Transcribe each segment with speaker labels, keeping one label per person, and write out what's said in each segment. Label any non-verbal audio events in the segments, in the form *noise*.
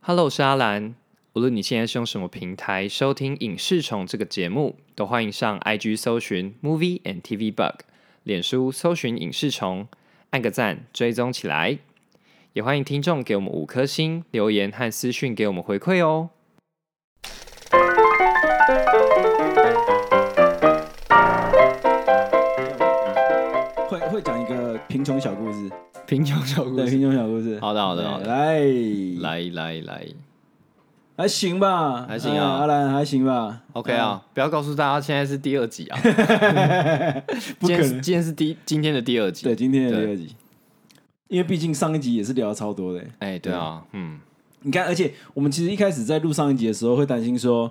Speaker 1: Hello，我是阿兰。无论你现在是用什么平台收听《影视虫》这个节目，都欢迎上 IG 搜寻 Movie and TV Bug，脸书搜寻影视虫，按个赞追踪起来。也欢迎听众给我们五颗星留言和私讯给我们回馈哦。
Speaker 2: 会会讲一个贫穷小故事，
Speaker 1: 贫穷小故
Speaker 2: 对，贫
Speaker 1: 事，
Speaker 2: 穷小故事。
Speaker 1: 好的好的
Speaker 2: 对
Speaker 1: 好的
Speaker 2: 来
Speaker 1: 来来来
Speaker 2: 还行吧，
Speaker 1: 还行啊
Speaker 2: 哎阿兰还行吧，
Speaker 1: ，OK 啊，不要告诉大家现在是第二集 *laughs* 啊，
Speaker 2: 不
Speaker 1: 今天
Speaker 2: 可
Speaker 1: 是
Speaker 2: 能。
Speaker 1: 今天是第今天的第二集，
Speaker 2: 对，今天的
Speaker 1: 对
Speaker 2: 第二集，因为毕竟上一集也是聊的超多的。
Speaker 1: 哎、对啊，嗯，
Speaker 2: 你看，而且我们其实一开始在录上一集的时候，会担心说，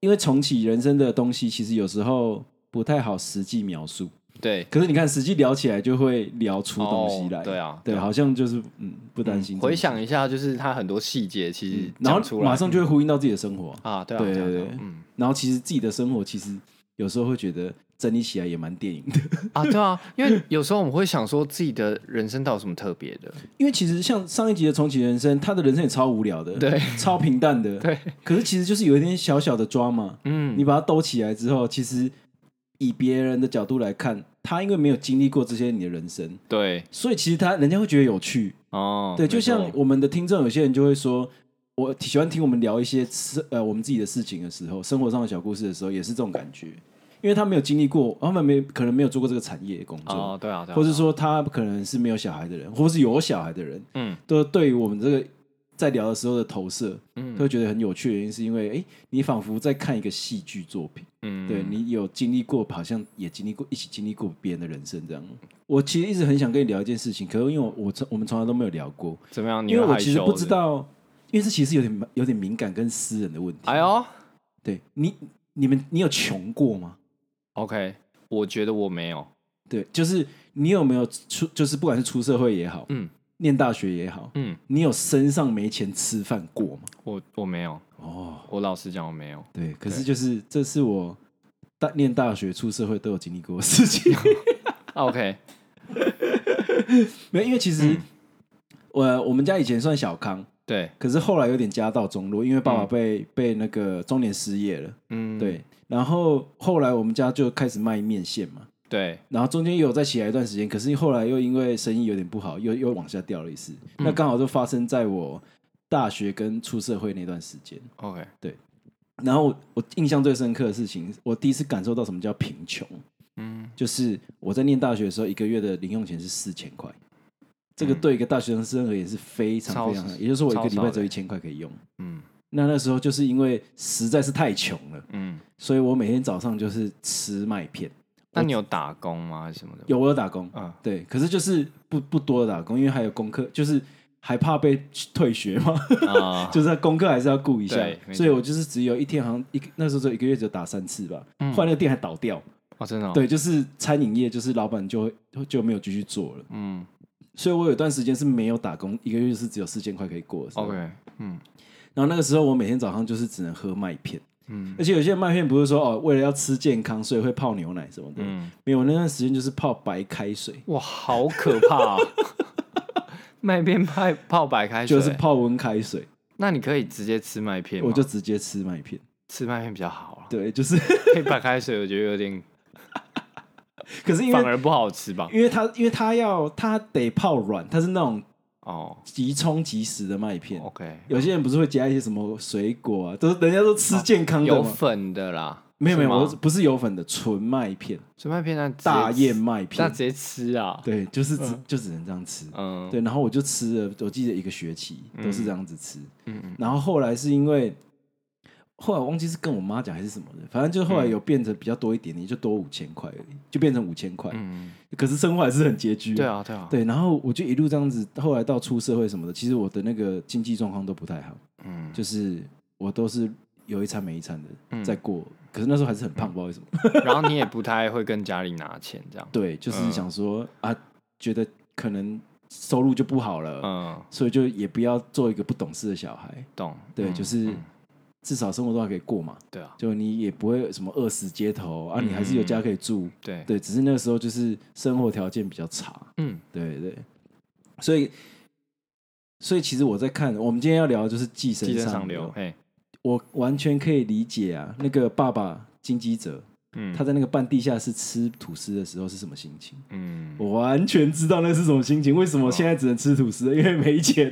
Speaker 2: 因为重启人生的东西，其实有时候不太好实际描述。
Speaker 1: 对，
Speaker 2: 可是你看，实际聊起来就会聊出东西来。
Speaker 1: 哦对啊
Speaker 2: 对，好像就是嗯，不担心这个
Speaker 1: 回
Speaker 2: 事情。
Speaker 1: 想一下，就是它很多细节其实
Speaker 2: 然
Speaker 1: 讲
Speaker 2: 后
Speaker 1: 出来，
Speaker 2: 马上就会呼应到自己的生活。
Speaker 1: 啊，对啊，
Speaker 2: 对
Speaker 1: 对啊
Speaker 2: 对
Speaker 1: 对啊
Speaker 2: 对
Speaker 1: 嗯
Speaker 2: 然后其实自己的生活其实有时候会觉得整理起来也蛮电影的， *laughs*
Speaker 1: 啊，对啊，因为有时候我们会想说自己的人生到底有什么特别
Speaker 2: *laughs*
Speaker 1: 的，
Speaker 2: 因为其实像上一集的重启人生，他的人生也超无聊的，
Speaker 1: 对，
Speaker 2: 超平淡的，
Speaker 1: 对。
Speaker 2: 可是其实就是有一点小小的抓嘛，
Speaker 1: 嗯，
Speaker 2: 你把它兜起来之后，其实以别人的角度来看，他因为没有经历过这些你的人生，
Speaker 1: 对，
Speaker 2: 所以其实他人家会觉得有趣。
Speaker 1: 哦，
Speaker 2: 对，
Speaker 1: 没错
Speaker 2: 就像我们的听众，有些人就会说。我喜欢听我们聊一些事，呃，我们自己的事情的时候，生活上的小故事的时候，也是这种感觉，因为他没有经历过，他们没可能没有做过这个产业工作，
Speaker 1: 哦，对啊，对啊，
Speaker 2: 或是
Speaker 1: 对啊
Speaker 2: 说他可能是没有小孩的人，或是有小孩的人，
Speaker 1: 嗯，
Speaker 2: 都对于我们这个在聊的时候的投射，
Speaker 1: 嗯
Speaker 2: 都会觉得很有趣。的原因是因为，哎、你仿佛在看一个戏剧作品，
Speaker 1: 嗯，
Speaker 2: 对你有经历过，好像也经历过，一起经历过别人的人生这样。我其实一直很想跟你聊一件事情，可是因为我我从我们从来都没有聊过，
Speaker 1: 怎么样？你
Speaker 2: 因为
Speaker 1: 会
Speaker 2: 我
Speaker 1: 害
Speaker 2: 其实
Speaker 1: 羞
Speaker 2: 不
Speaker 1: 是
Speaker 2: 知，道，因为这其实有点有点敏感跟私人的问题。
Speaker 1: 哎，呦
Speaker 2: 对你你们你有穷过吗？
Speaker 1: ，OK，我觉得我没有，
Speaker 2: 对，就是你有没有出，就是不管是出社会也好，
Speaker 1: 嗯
Speaker 2: 念大学也好，
Speaker 1: 嗯，
Speaker 2: 你有身上没钱吃饭过吗？
Speaker 1: 我我没有，
Speaker 2: 哦，
Speaker 1: 我老实讲我没有，
Speaker 2: 对，可是
Speaker 1: 对
Speaker 2: 就是这是我大念大学、出社会都有经历过的
Speaker 1: *laughs*
Speaker 2: 事情。
Speaker 1: 啊 OK，
Speaker 2: 没有，因为其实、
Speaker 1: 嗯
Speaker 2: 我我们家以前算小康，
Speaker 1: 对，
Speaker 2: 可是后来有点家道中落，因为爸爸被、被那个中年失业了，
Speaker 1: 嗯，
Speaker 2: *laughs* 对，然后后来我们家就开始卖面线嘛。
Speaker 1: 对，
Speaker 2: 然后中间也有再起来一段时间，可是后来又因为生意有点不好，又又往下掉了一次。
Speaker 1: 嗯
Speaker 2: 那刚好就发生在我大学跟出社会那段时间。
Speaker 1: ，OK，
Speaker 2: 然后我我印象最深刻的事情，我第一次感受到什么叫贫穷，
Speaker 1: 嗯，
Speaker 2: 就是我在念大学的时候，一个月的零用钱是四千块，这个
Speaker 1: 嗯
Speaker 2: 对一个大学生而言是非常
Speaker 1: 超
Speaker 2: 非常，也就是我一个礼
Speaker 1: 超少
Speaker 2: 拜
Speaker 1: 的
Speaker 2: 只有一千块可以用。
Speaker 1: 嗯
Speaker 2: 那那时候就是因为实在是太穷了，
Speaker 1: 嗯，
Speaker 2: 所以我每天早上就是吃麦片，
Speaker 1: 那你有打工吗？还是什么的？
Speaker 2: 有我有打工，
Speaker 1: 嗯，
Speaker 2: 对，可是就是不不多打工，因为还有功课，就是还怕被退学嘛，
Speaker 1: 啊，
Speaker 2: *laughs* 就是功课还是要顾一下
Speaker 1: 对，没错
Speaker 2: 所以我就是只有一天，好像一个那时候只有一个月只有打三次吧，
Speaker 1: 嗯
Speaker 2: 后来那个店还倒掉，
Speaker 1: 哦，真的，
Speaker 2: 对，，就是餐饮业，就是老板就会就没有继续做了，
Speaker 1: 嗯
Speaker 2: 所以我有一段时间是没有打工，一个月是只有四千块可以过的时候
Speaker 1: ，OK，嗯
Speaker 2: 然后那个时候我每天早上就是只能喝麦片，
Speaker 1: 嗯
Speaker 2: 而且有些麦片不是说哦为了要吃健康，所以会泡牛奶什么的，
Speaker 1: 嗯。
Speaker 2: 没有，那段时间就是泡白开水。
Speaker 1: 哇，好可怕、啊！ *laughs* 麦片派泡白开水，
Speaker 2: 就是泡温开水，
Speaker 1: 那你可以直接吃麦片吗，
Speaker 2: 我就直接吃麦片。
Speaker 1: 吃麦片比较好了。
Speaker 2: 对，
Speaker 1: *laughs*
Speaker 2: 就是，
Speaker 1: 配白开水我觉得有点
Speaker 2: 可是因
Speaker 1: 反
Speaker 2: 为
Speaker 1: 而不好吃吧？
Speaker 2: 因为它因为它要它得泡软，它是那种
Speaker 1: 哦
Speaker 2: 即冲即食的麦片。
Speaker 1: ，OK，
Speaker 2: 有些人不是会加一些什么水果啊，都是人家都吃健康的
Speaker 1: 哦有
Speaker 2: 嘛。
Speaker 1: 粉的啦，
Speaker 2: 没有没有，
Speaker 1: 是吗
Speaker 2: 我不是有粉的，纯麦片，
Speaker 1: 所以麦片那直接
Speaker 2: 大
Speaker 1: 吃
Speaker 2: 燕麦
Speaker 1: 那
Speaker 2: 片
Speaker 1: 直。接吃啊。
Speaker 2: 对，就是只、就只能这样吃。
Speaker 1: 嗯，
Speaker 2: 对，然后我就吃了，我记得一个学期都是这样子吃。
Speaker 1: 嗯嗯
Speaker 2: 然后后来是因为，后来我忘记是跟我妈讲还是什么的，反正就是
Speaker 1: 嗯
Speaker 2: 后来有变成比较多一点点，就多五千块而已，就变成五千块。
Speaker 1: 嗯，
Speaker 2: 可是生活还是很拮据。
Speaker 1: 对，啊对啊，
Speaker 2: 对。然后我就一路这样子，后来到出社会什么的，其实我的那个经济状况都不太好，
Speaker 1: 嗯，
Speaker 2: 就是我都是有一餐没一餐的
Speaker 1: 嗯
Speaker 2: 在过。可是那时候还是很胖，不知道为什么。
Speaker 1: 然后你也不太会跟家里拿钱这样。
Speaker 2: *laughs* 对，就是
Speaker 1: 嗯
Speaker 2: 想说、啊，觉得可能收入就不好了，
Speaker 1: 嗯，
Speaker 2: 所以就也不要做一个不懂事的小孩。
Speaker 1: 懂。
Speaker 2: 对，
Speaker 1: 嗯
Speaker 2: 就是
Speaker 1: 嗯
Speaker 2: 至少生活都还可以过嘛。
Speaker 1: 对啊，
Speaker 2: 就你也不会什么饿死街头啊，
Speaker 1: 嗯
Speaker 2: 你还是有家可以住。
Speaker 1: 对，
Speaker 2: 对，只是那个时候就是生活条件比较差，
Speaker 1: 嗯
Speaker 2: 对对，所以所以其实我在看，我们今天要聊的就是寄生
Speaker 1: 寄生
Speaker 2: 上
Speaker 1: 上流，嘿，
Speaker 2: 我完全可以理解啊，那个爸爸金基哲，
Speaker 1: 嗯，
Speaker 2: 他在那个半地下室吃吐司的时候是什么心情？
Speaker 1: 嗯，哦
Speaker 2: 我完全知道那是什么心情。为什么现在只能吃吐司？因为没
Speaker 1: *laughs*
Speaker 2: 钱。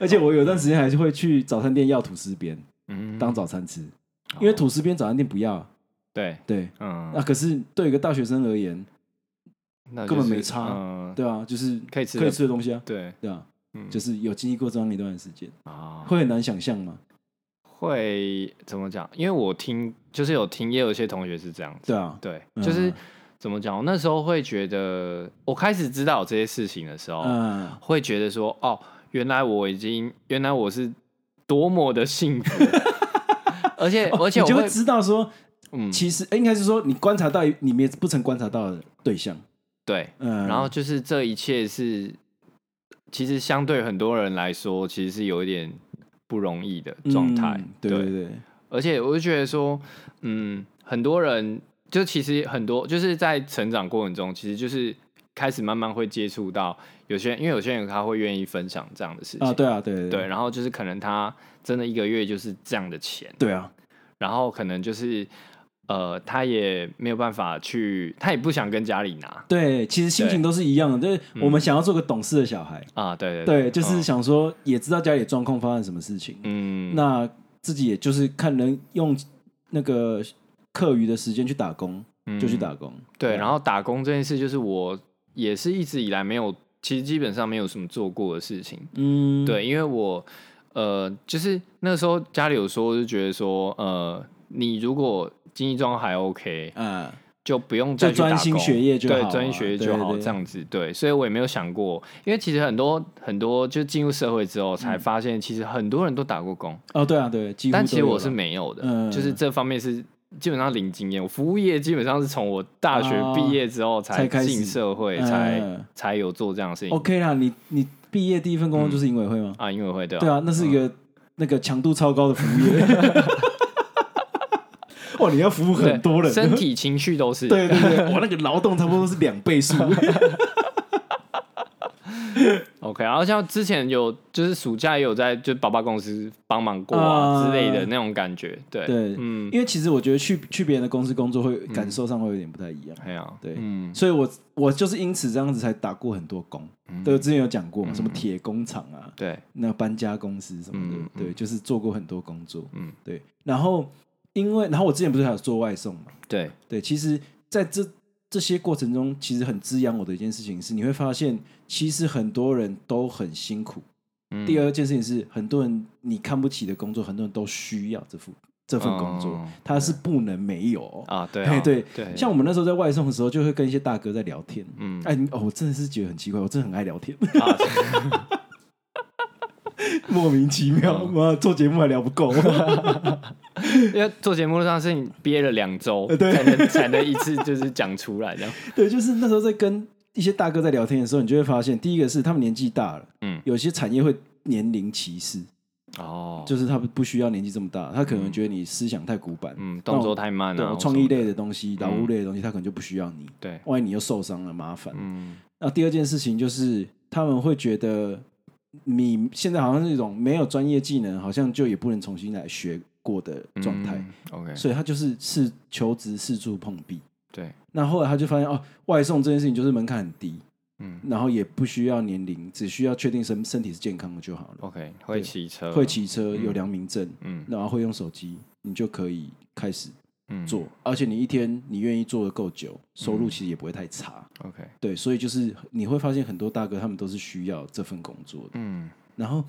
Speaker 2: 而且我有
Speaker 1: 哦
Speaker 2: 段时间还是会去早餐店要吐司边
Speaker 1: 嗯
Speaker 2: 当早餐吃，
Speaker 1: 哦
Speaker 2: 因为吐司边早餐店不要啊。
Speaker 1: 对，
Speaker 2: 对，
Speaker 1: 嗯，
Speaker 2: 那、可是对一个大学生而言，
Speaker 1: 那
Speaker 2: 根本
Speaker 1: 就是
Speaker 2: 没差
Speaker 1: 嗯，
Speaker 2: 对啊，就是
Speaker 1: 可以吃的
Speaker 2: 可以吃的东西啊，
Speaker 1: 对，
Speaker 2: 对啊，
Speaker 1: 嗯
Speaker 2: 就是有经历过这样一段时间，
Speaker 1: 啊，
Speaker 2: 会很难想象嘛。
Speaker 1: 会怎么讲？因为我听就是有听，也有一些同学是这样子，
Speaker 2: 对啊，
Speaker 1: 对，
Speaker 2: 嗯
Speaker 1: 就是怎么讲？我那时候会觉得，我开始知道这些事情的时候，
Speaker 2: 嗯，
Speaker 1: 会觉得说，哦，原来我已经，原来我是多么的幸福， *laughs* 而且哎而且
Speaker 2: 哦你
Speaker 1: 我
Speaker 2: 就
Speaker 1: 会
Speaker 2: 会，知道说，
Speaker 1: 嗯，
Speaker 2: 其实、哎应该是说你观察到你们不曾观察到的对象，
Speaker 1: 对，
Speaker 2: 嗯，
Speaker 1: 然后就是这一切是，其实相对很多人来说，其实是有一点不容易的状态、
Speaker 2: 嗯对对对，
Speaker 1: 而且我就觉得说，嗯，很多人就其实很多就是在成长过程中，其实就是开始慢慢会接触到有些人，因为有些人他会愿意分享这样的事情，
Speaker 2: 啊，对啊，对对
Speaker 1: 对，然后就是可能他真的一个月就是这样的钱，
Speaker 2: 对啊，
Speaker 1: 然后可能就是呃，他也没有办法去，他也不想跟家里拿
Speaker 2: 对，其实心情都是一样的，就是我们想要做个懂事的小孩，
Speaker 1: 啊，对嗯对
Speaker 2: 对，就是想说也知道家里的状况发生什么事情，
Speaker 1: 嗯，
Speaker 2: 那自己也就是看能用那个课余的时间去打工，
Speaker 1: 那
Speaker 2: 就去打工，
Speaker 1: 嗯
Speaker 2: 啊
Speaker 1: 对，然
Speaker 2: 后
Speaker 1: 后打工这件事，就是我也是一直以来没有，其实基本上没有什么做过的事情。
Speaker 2: 嗯，
Speaker 1: 对，因为我呃，就是那时候家里有说，就觉得说，呃，你如果经济状况还 OK，
Speaker 2: 啊，
Speaker 1: 就不用再
Speaker 2: 就
Speaker 1: 去打
Speaker 2: 专心
Speaker 1: 工
Speaker 2: 学业就好啊
Speaker 1: 对，专心学业就好
Speaker 2: 对对
Speaker 1: 这样子。对，所以我也没有想过，因为其实很多很多，就进入社会之后才发现，其实很多人都打过工，
Speaker 2: 哦，对啊，对，嗯几乎
Speaker 1: 但
Speaker 2: 都
Speaker 1: 其实
Speaker 2: 有
Speaker 1: 我
Speaker 2: 了
Speaker 1: 是没有的，
Speaker 2: 嗯
Speaker 1: 就是这方面是。基本上零经验，我服务业基本上是从我大学
Speaker 2: 哦
Speaker 1: 毕业之后
Speaker 2: 才开始
Speaker 1: 进社会，
Speaker 2: 嗯
Speaker 1: 才、
Speaker 2: 嗯哦
Speaker 1: 才有做这样的事情
Speaker 2: OK 啦，你你毕业第一份工作就是营委会吗？
Speaker 1: 啊，嗯因为会对吧？
Speaker 2: 对啊，那是一个那个强度超高的服务
Speaker 1: *laughs*
Speaker 2: 业。哇，你要服务
Speaker 1: 对
Speaker 2: 很多人， *laughs*
Speaker 1: 身体、情绪都是。
Speaker 2: 对对
Speaker 1: *laughs*
Speaker 2: 对，我那个劳动差不多是两倍数。
Speaker 1: 嗯 OK，然后像之前有就是暑假也有在就爸爸公司帮忙过
Speaker 2: 啊
Speaker 1: 啊之类的那种感觉，对，
Speaker 2: 对，
Speaker 1: 嗯，
Speaker 2: 因为其实我觉得去去别人的公司工作会感受上会有点不太一样，
Speaker 1: 哎呀，
Speaker 2: 对
Speaker 1: 嗯
Speaker 2: 所以我我就是因此这样子才打过很多工。
Speaker 1: 嗯
Speaker 2: 对，我之前有讲过嘛，什么铁工厂啊，
Speaker 1: 对，
Speaker 2: 那搬家公司什么的，
Speaker 1: 嗯嗯
Speaker 2: 对，就是做过很多工作，
Speaker 1: 嗯
Speaker 2: 对。然后因为然后我之前不是还有做外送嘛，
Speaker 1: 对，
Speaker 2: 对，其实在这这些过程中，其实很滋养我的一件事情是，你会发现其实很多人都很辛苦。
Speaker 1: 嗯
Speaker 2: 第二件事情是，很多人你看不起的工作，很多人都需要这份这份工作，
Speaker 1: 哦
Speaker 2: 他是不能没有哦、
Speaker 1: 啊，对
Speaker 2: 嘿
Speaker 1: 啊
Speaker 2: 对
Speaker 1: 对，
Speaker 2: 像我们那时候在外送的时候，就会跟一些大哥在聊天。
Speaker 1: 嗯
Speaker 2: 哎，你哦，我真的是觉得很奇怪，我真的很爱聊天， *laughs*
Speaker 1: 啊，
Speaker 2: 莫名其妙，
Speaker 1: 嗯
Speaker 2: 妈做节目还聊不
Speaker 1: *laughs*
Speaker 2: 够，
Speaker 1: 因为做节目上是你憋了两周，
Speaker 2: 呃
Speaker 1: 才能才能一次就是讲出来这样，
Speaker 2: 对，就是那时候在跟一些大哥在聊天的时候，你就会发现，第一个是他们年纪大了，
Speaker 1: 嗯
Speaker 2: 有些产业会年龄歧视，
Speaker 1: 哦，
Speaker 2: 就是他们不需要年纪这么大，他可能觉得你思想太古板，
Speaker 1: 嗯，动作太慢
Speaker 2: 对啊
Speaker 1: 了，
Speaker 2: 创意类的东西、劳务
Speaker 1: 嗯
Speaker 2: 类的东西，他可能就不需要你，
Speaker 1: 对，
Speaker 2: 万一你又受伤了，麻烦。
Speaker 1: 嗯
Speaker 2: 那第二件事情就是，他们会觉得你现在好像是一种没有专业技能，好像就也不能重新来学过的状态，
Speaker 1: 嗯，OK，
Speaker 2: 所以他就是是求职四处碰壁。
Speaker 1: 对，
Speaker 2: 那后来他就发现哦，外送这件事情就是门槛很低，
Speaker 1: 嗯
Speaker 2: 然后也不需要年龄，只需要确定身身体是健康的就好了。
Speaker 1: ，OK，会骑车，
Speaker 2: 会，骑车，有良民证，
Speaker 1: 呃嗯
Speaker 2: 然后会用手机，你就可以开始
Speaker 1: 嗯，
Speaker 2: 做。而且你一天你愿意做的够久，收入其实也不会太差。
Speaker 1: ，OK，
Speaker 2: 对，所以就是你会发现很多大哥他们都是需要这份工作的。
Speaker 1: 嗯
Speaker 2: 然后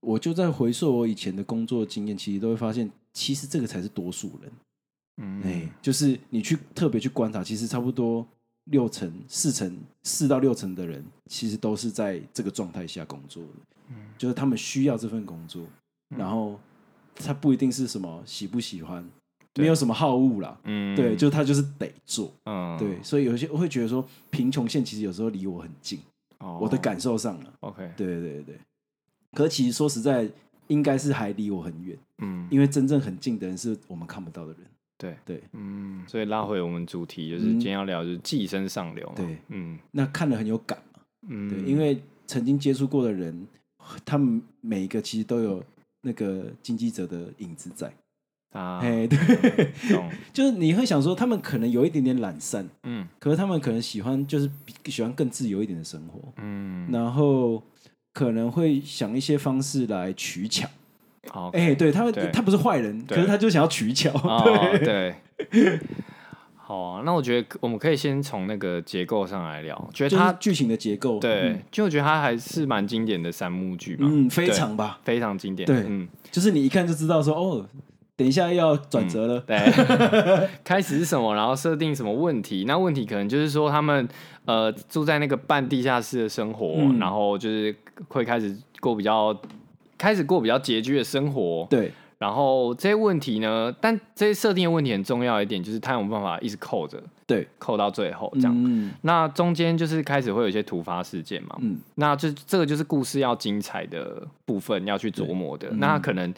Speaker 2: 我就在回溯我以前的工作经验，其实都会发现，其实这个才是多数人。
Speaker 1: 嗯，
Speaker 2: 哎、就是你去特别去观察，其实差不多六成、四成、四到六成的人，其实都是在这个状态下工作的。
Speaker 1: 嗯
Speaker 2: 就是他们需要这份工作，然后他不一定是什么喜不喜欢，
Speaker 1: 对
Speaker 2: 没有什么好恶啦。
Speaker 1: 嗯，
Speaker 2: 对，就他就是得做，
Speaker 1: 嗯，
Speaker 2: 对，所以有些我会觉得说，贫穷线其实有时候离我很近，
Speaker 1: 哦，
Speaker 2: 我的感受上啊，
Speaker 1: ，OK，
Speaker 2: 对对对对。可其实说实在，应该是还离我很远，
Speaker 1: 嗯，
Speaker 2: 因为真正很近的人是我们看不到的人。
Speaker 1: 对
Speaker 2: 对，
Speaker 1: 嗯，所以拉回我们主题，就是
Speaker 2: 嗯
Speaker 1: 今天要聊就是寄生上流嘛。
Speaker 2: 对
Speaker 1: 嗯
Speaker 2: 那看了很有感嘛，
Speaker 1: 嗯，
Speaker 2: 对，因为曾经接触过的人，他们每一个其实都有那个经济者的影子在。
Speaker 1: 啊，
Speaker 2: 哎、对， *laughs*
Speaker 1: 懂，
Speaker 2: 就是你会想说，他们可能有一点点懒散，
Speaker 1: 嗯
Speaker 2: 可是他们可能喜欢就是比喜欢更自由一点的生活，
Speaker 1: 嗯，
Speaker 2: 然后可能会想一些方式来取巧。
Speaker 1: 好，
Speaker 2: 哎、 *laughs* 对他
Speaker 1: 对
Speaker 2: 他不是坏人，
Speaker 1: 对
Speaker 2: 可是他就想要取巧。
Speaker 1: 哦，对，好啊。那我觉得我们可以先从那个结构上来聊，觉
Speaker 2: 就
Speaker 1: 得
Speaker 2: 是
Speaker 1: 它
Speaker 2: 剧情的结构，
Speaker 1: 对，就我觉得它还是蛮经典的三幕剧嘛，
Speaker 2: 嗯，嗯，非常吧，
Speaker 1: 非常经典。
Speaker 2: 对
Speaker 1: 嗯，
Speaker 2: 就是你一看就知道说，哦，等一下要转折 *laughs* 了，
Speaker 1: 对。开始是什么，然后设定什么问题？那问题可能就是说他们呃住在那个半地下室的生活，
Speaker 2: 嗯
Speaker 1: 然后就是会开始过比较开始过比较拮据的生活。
Speaker 2: 对，
Speaker 1: 然后这些问题呢，但这些设定的问题很重要一点，就是他有没有办法一直扣着，
Speaker 2: 对，
Speaker 1: 扣到最后这样。
Speaker 2: 嗯
Speaker 1: 那中间就是开始会有一些突发事件嘛，
Speaker 2: 嗯，
Speaker 1: 那这这个就是故事要精彩的部分要去琢磨的。
Speaker 2: 对嗯
Speaker 1: 那可能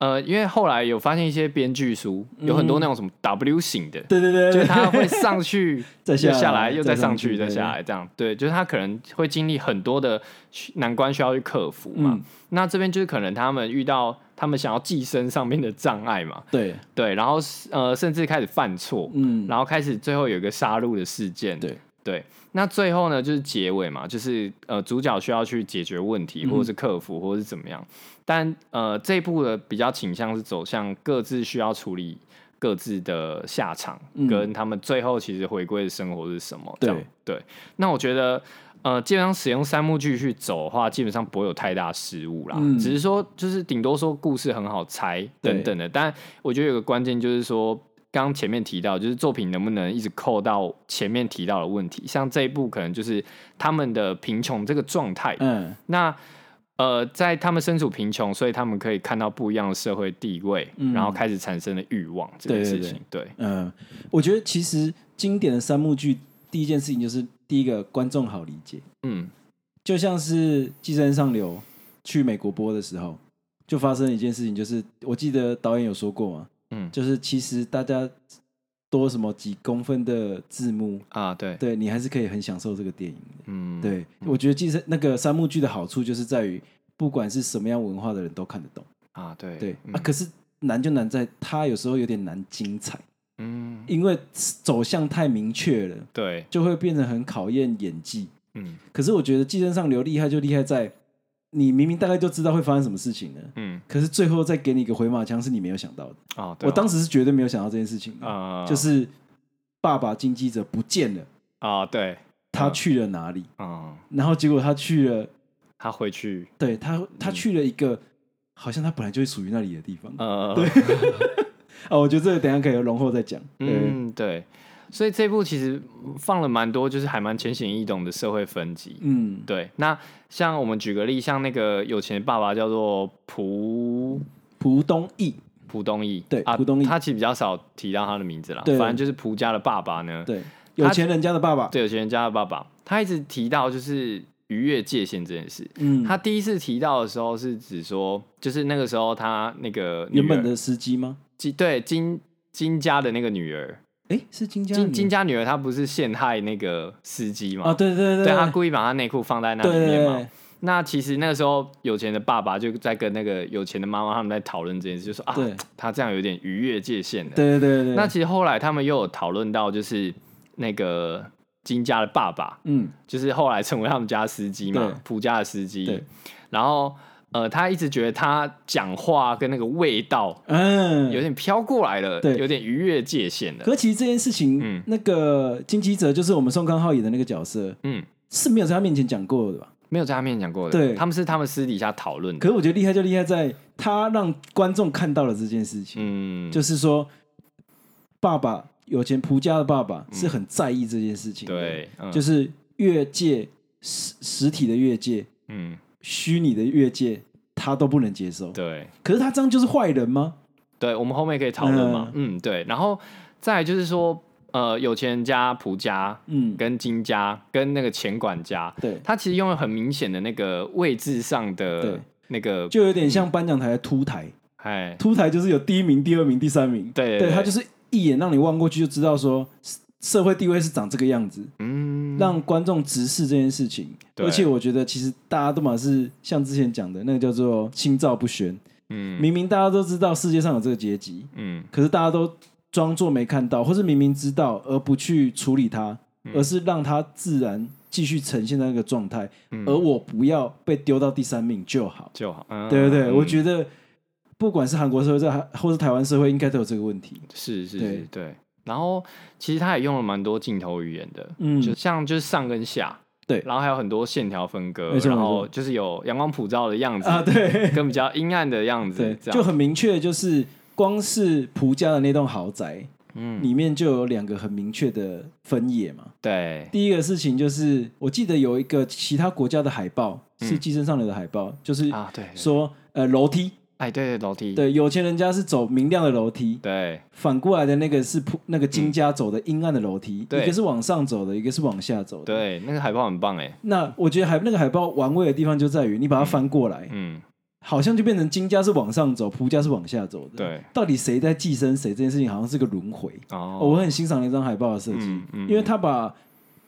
Speaker 1: 呃，因为后来有发现一些编剧书有很多那种什么 W 型的，
Speaker 2: 嗯对对对，
Speaker 1: 就是他会上去
Speaker 2: *laughs* 再下
Speaker 1: 又
Speaker 2: 来
Speaker 1: 下来又再
Speaker 2: 再
Speaker 1: 上
Speaker 2: 上去
Speaker 1: 去再
Speaker 2: 对
Speaker 1: 下来这样，对，就是他可能会经历很多的需难关需要去克服嘛。
Speaker 2: 嗯
Speaker 1: 那这边就是可能他们遇到他们想要寄生上面的障碍嘛，
Speaker 2: 对，
Speaker 1: 对，然后呃甚至开始犯错，
Speaker 2: 嗯，
Speaker 1: 然后开始最后有一个杀戮的事件，
Speaker 2: 对
Speaker 1: 对。那最后呢，就是结尾嘛，就是呃，主角需要去解决问题，
Speaker 2: 嗯
Speaker 1: 或者是克服，或者是怎么样。但呃，这一部的比较倾向是走向各自需要处理各自的下场，
Speaker 2: 嗯
Speaker 1: 跟他们最后其实回归的生活是什么。
Speaker 2: 对
Speaker 1: 这样对。那我觉得呃，基本上使用三幕剧去走的话，基本上不会有太大失误啦。
Speaker 2: 嗯
Speaker 1: 只是说，就是顶多说故事很好猜
Speaker 2: 对
Speaker 1: 等等的。但我觉得有个关键就是说。刚刚前面提到，就是作品能不能一直扣到前面提到的问题，像这一部可能就是他们的贫穷这个状态。
Speaker 2: 嗯
Speaker 1: 那呃，在他们身处贫穷，所以他们可以看到不一样的社会地位，
Speaker 2: 嗯
Speaker 1: 然后开始产生了欲望这件
Speaker 2: 对
Speaker 1: 事
Speaker 2: 对
Speaker 1: 情。对
Speaker 2: 嗯、呃我觉得其实经典的三幕剧，第一件事情就是第一个观众好理解，
Speaker 1: 嗯
Speaker 2: 就像是《寄生上流》去美国播的时候，就发生了一件事情，就是我记得导演有说过嘛，
Speaker 1: 嗯
Speaker 2: 就是其实大家多什么几公分的字幕，
Speaker 1: 啊，对，
Speaker 2: 对你还是可以很享受这个电影的。
Speaker 1: 嗯，
Speaker 2: 对，我觉得《寄生》那个三幕剧的好处就是在于，不管是什么样文化的人都看得懂。
Speaker 1: 啊，对
Speaker 2: 对
Speaker 1: 嗯
Speaker 2: 啊，可是难就难在它有时候有点难精彩，
Speaker 1: 嗯，
Speaker 2: 因为走向太明确了，
Speaker 1: 对，
Speaker 2: 就会变成很考验演技。
Speaker 1: 嗯
Speaker 2: 可是我觉得《寄生上流》厉害就厉害在，你明明大概就知道会发生什么事情了，
Speaker 1: 嗯，
Speaker 2: 可是最后再给你一个回马枪是你没有想到的。
Speaker 1: 哦，对啊
Speaker 2: 我当时是绝对没有想到这件事情的，
Speaker 1: 啊，
Speaker 2: 就是爸爸经纪者不见了，
Speaker 1: 啊，对，
Speaker 2: 他
Speaker 1: 嗯
Speaker 2: 去了哪里？
Speaker 1: 嗯，
Speaker 2: 然后结果他去了，
Speaker 1: 他回去，
Speaker 2: 对他他
Speaker 1: 嗯
Speaker 2: 去了一个好像他本来就属于那里的地方
Speaker 1: 呃，
Speaker 2: 啊。我觉得这个等一下可以容后再讲。对，
Speaker 1: 嗯，对，所以这部其实放了蛮多，就是还蛮浅显易懂的社会分级。
Speaker 2: 嗯，
Speaker 1: 对，那像我们举个例，像那个有钱的爸爸叫做蒲
Speaker 2: 浦东义，
Speaker 1: 蒲东义，
Speaker 2: 对
Speaker 1: 啊，
Speaker 2: 蒲东义
Speaker 1: 他其实比较少提到他的名字啦。
Speaker 2: 对
Speaker 1: 反正就是蒲家的爸爸呢，
Speaker 2: 对，有钱人家的爸爸，
Speaker 1: 对有钱人家的爸爸，他一直提到就是逾越界限这件事。
Speaker 2: 嗯，
Speaker 1: 他第一次提到的时候是指说，就是那个时候他那个女儿
Speaker 2: 原本的司机吗？
Speaker 1: 金对金金家的那个女儿，
Speaker 2: 哎，是金家
Speaker 1: 金金
Speaker 2: 家
Speaker 1: 家女儿她不是陷害那个司机嘛？
Speaker 2: 啊，对对对
Speaker 1: 对，她故意把她内裤放在那
Speaker 2: 啊对
Speaker 1: 里
Speaker 2: 对
Speaker 1: 面
Speaker 2: 对
Speaker 1: 嘛。
Speaker 2: 对，
Speaker 1: 那其实那个时候有钱的爸爸就在跟那个有钱的妈妈他们在讨论这件事，就说啊
Speaker 2: 对，
Speaker 1: 他这样有点逾越界限的。
Speaker 2: 对对对对，
Speaker 1: 那其实后来他们又有讨论到，就是那个金家的爸爸，
Speaker 2: 嗯
Speaker 1: 就是后来成为他们家司机
Speaker 2: 对
Speaker 1: 嘛，蒲家的司
Speaker 2: 对
Speaker 1: 机。然后呃，他一直觉得他讲话跟那个味道
Speaker 2: 嗯，
Speaker 1: 有点飘过来了，
Speaker 2: 对
Speaker 1: 有点逾越界限了。
Speaker 2: 可其实这件事情，
Speaker 1: 嗯
Speaker 2: 那个金基哲就是我们宋康昊演的那个角色，
Speaker 1: 嗯，
Speaker 2: 是没有在他面前讲过的吧？
Speaker 1: 没有在他面前讲过的，
Speaker 2: 对
Speaker 1: 他们是他们私底下讨论的。
Speaker 2: 可是我觉得厉害就厉害在他让观众看到了这件事情，
Speaker 1: 嗯，
Speaker 2: 就是说，爸爸有钱蒲家的爸爸是很在意这件事情
Speaker 1: 嗯
Speaker 2: 的，
Speaker 1: 对，嗯
Speaker 2: 就是越界实实体的越界、
Speaker 1: 嗯，
Speaker 2: 虚拟的越界，他都不能接受。
Speaker 1: 对。
Speaker 2: 可是他这样就是坏人吗？
Speaker 1: 对，我们后面可以讨论嘛。嗯，对。然后再来就是说，呃，有钱人家蒲家
Speaker 2: 嗯，
Speaker 1: 跟金家跟那个钱管家，
Speaker 2: 对，
Speaker 1: 他其实用了很明显的那个位置上的
Speaker 2: 对
Speaker 1: 那个，
Speaker 2: 就有点像颁奖台的凸台，
Speaker 1: 哎，
Speaker 2: 凸台就是有第一名、第二名、第三名，
Speaker 1: 对
Speaker 2: 对他就是是一眼让你望过去就知道说社社会地位是长这个样子，
Speaker 1: 嗯，
Speaker 2: 让观众直视这件事情。
Speaker 1: 对
Speaker 2: 而且我觉得，其实大家都嘛是像之前讲的那个叫做心照不宣，
Speaker 1: 嗯
Speaker 2: 明明大家都知道世界上有这个阶级，
Speaker 1: 嗯
Speaker 2: 可是大家都装作没看到，或是明明知道而不去处理它，
Speaker 1: 嗯
Speaker 2: 而是让它自然继续呈现在那个状态，
Speaker 1: 嗯
Speaker 2: 而我不要被丢到第三名就好。
Speaker 1: 就好，嗯
Speaker 2: 对对对，我
Speaker 1: 得
Speaker 2: 觉得不管是韩国社会在或是台湾社会，应该都有这个问题。
Speaker 1: 是是
Speaker 2: 对
Speaker 1: 是，对。然后其实他也用了蛮多镜头语言的，
Speaker 2: 嗯
Speaker 1: 就像就是上跟下，
Speaker 2: 对
Speaker 1: 然后还有很多线条分割，
Speaker 2: 没错
Speaker 1: 然
Speaker 2: 没错
Speaker 1: 后就是有阳光普照的样子
Speaker 2: 啊，
Speaker 1: *laughs*
Speaker 2: 对
Speaker 1: 跟比较阴暗的样子
Speaker 2: 对，，
Speaker 1: 这
Speaker 2: 就
Speaker 1: 样，
Speaker 2: 很明确，就是光是蒲家的那栋豪宅
Speaker 1: 嗯，
Speaker 2: 里面就有两个很明确的分野嘛。
Speaker 1: 对，
Speaker 2: 第一个事情就是，我记得有一个其他国家的海报是
Speaker 1: 嗯
Speaker 2: 《寄生上流》的海报，就是
Speaker 1: 啊对，对
Speaker 2: 说呃楼梯，
Speaker 1: 哎对对楼梯，
Speaker 2: 对，有钱人家是走明亮的楼梯，
Speaker 1: 对
Speaker 2: 反过来的那个是普那个金家走的阴暗的楼梯，
Speaker 1: 嗯对
Speaker 2: 一个是往上走的，一个是往下走的。
Speaker 1: 对，那个海报很棒哎，
Speaker 2: 那我觉得海那个海报玩味的地方就在于，你把它翻过来，
Speaker 1: 嗯，
Speaker 2: 好像就变成金家是往上走，蒲家是往下走的。，
Speaker 1: 对，
Speaker 2: 到底谁在寄生谁这件事情，好像是个轮回。哦
Speaker 1: 哦，
Speaker 2: 我很欣赏那张海报的设计，
Speaker 1: 嗯嗯
Speaker 2: 因为他把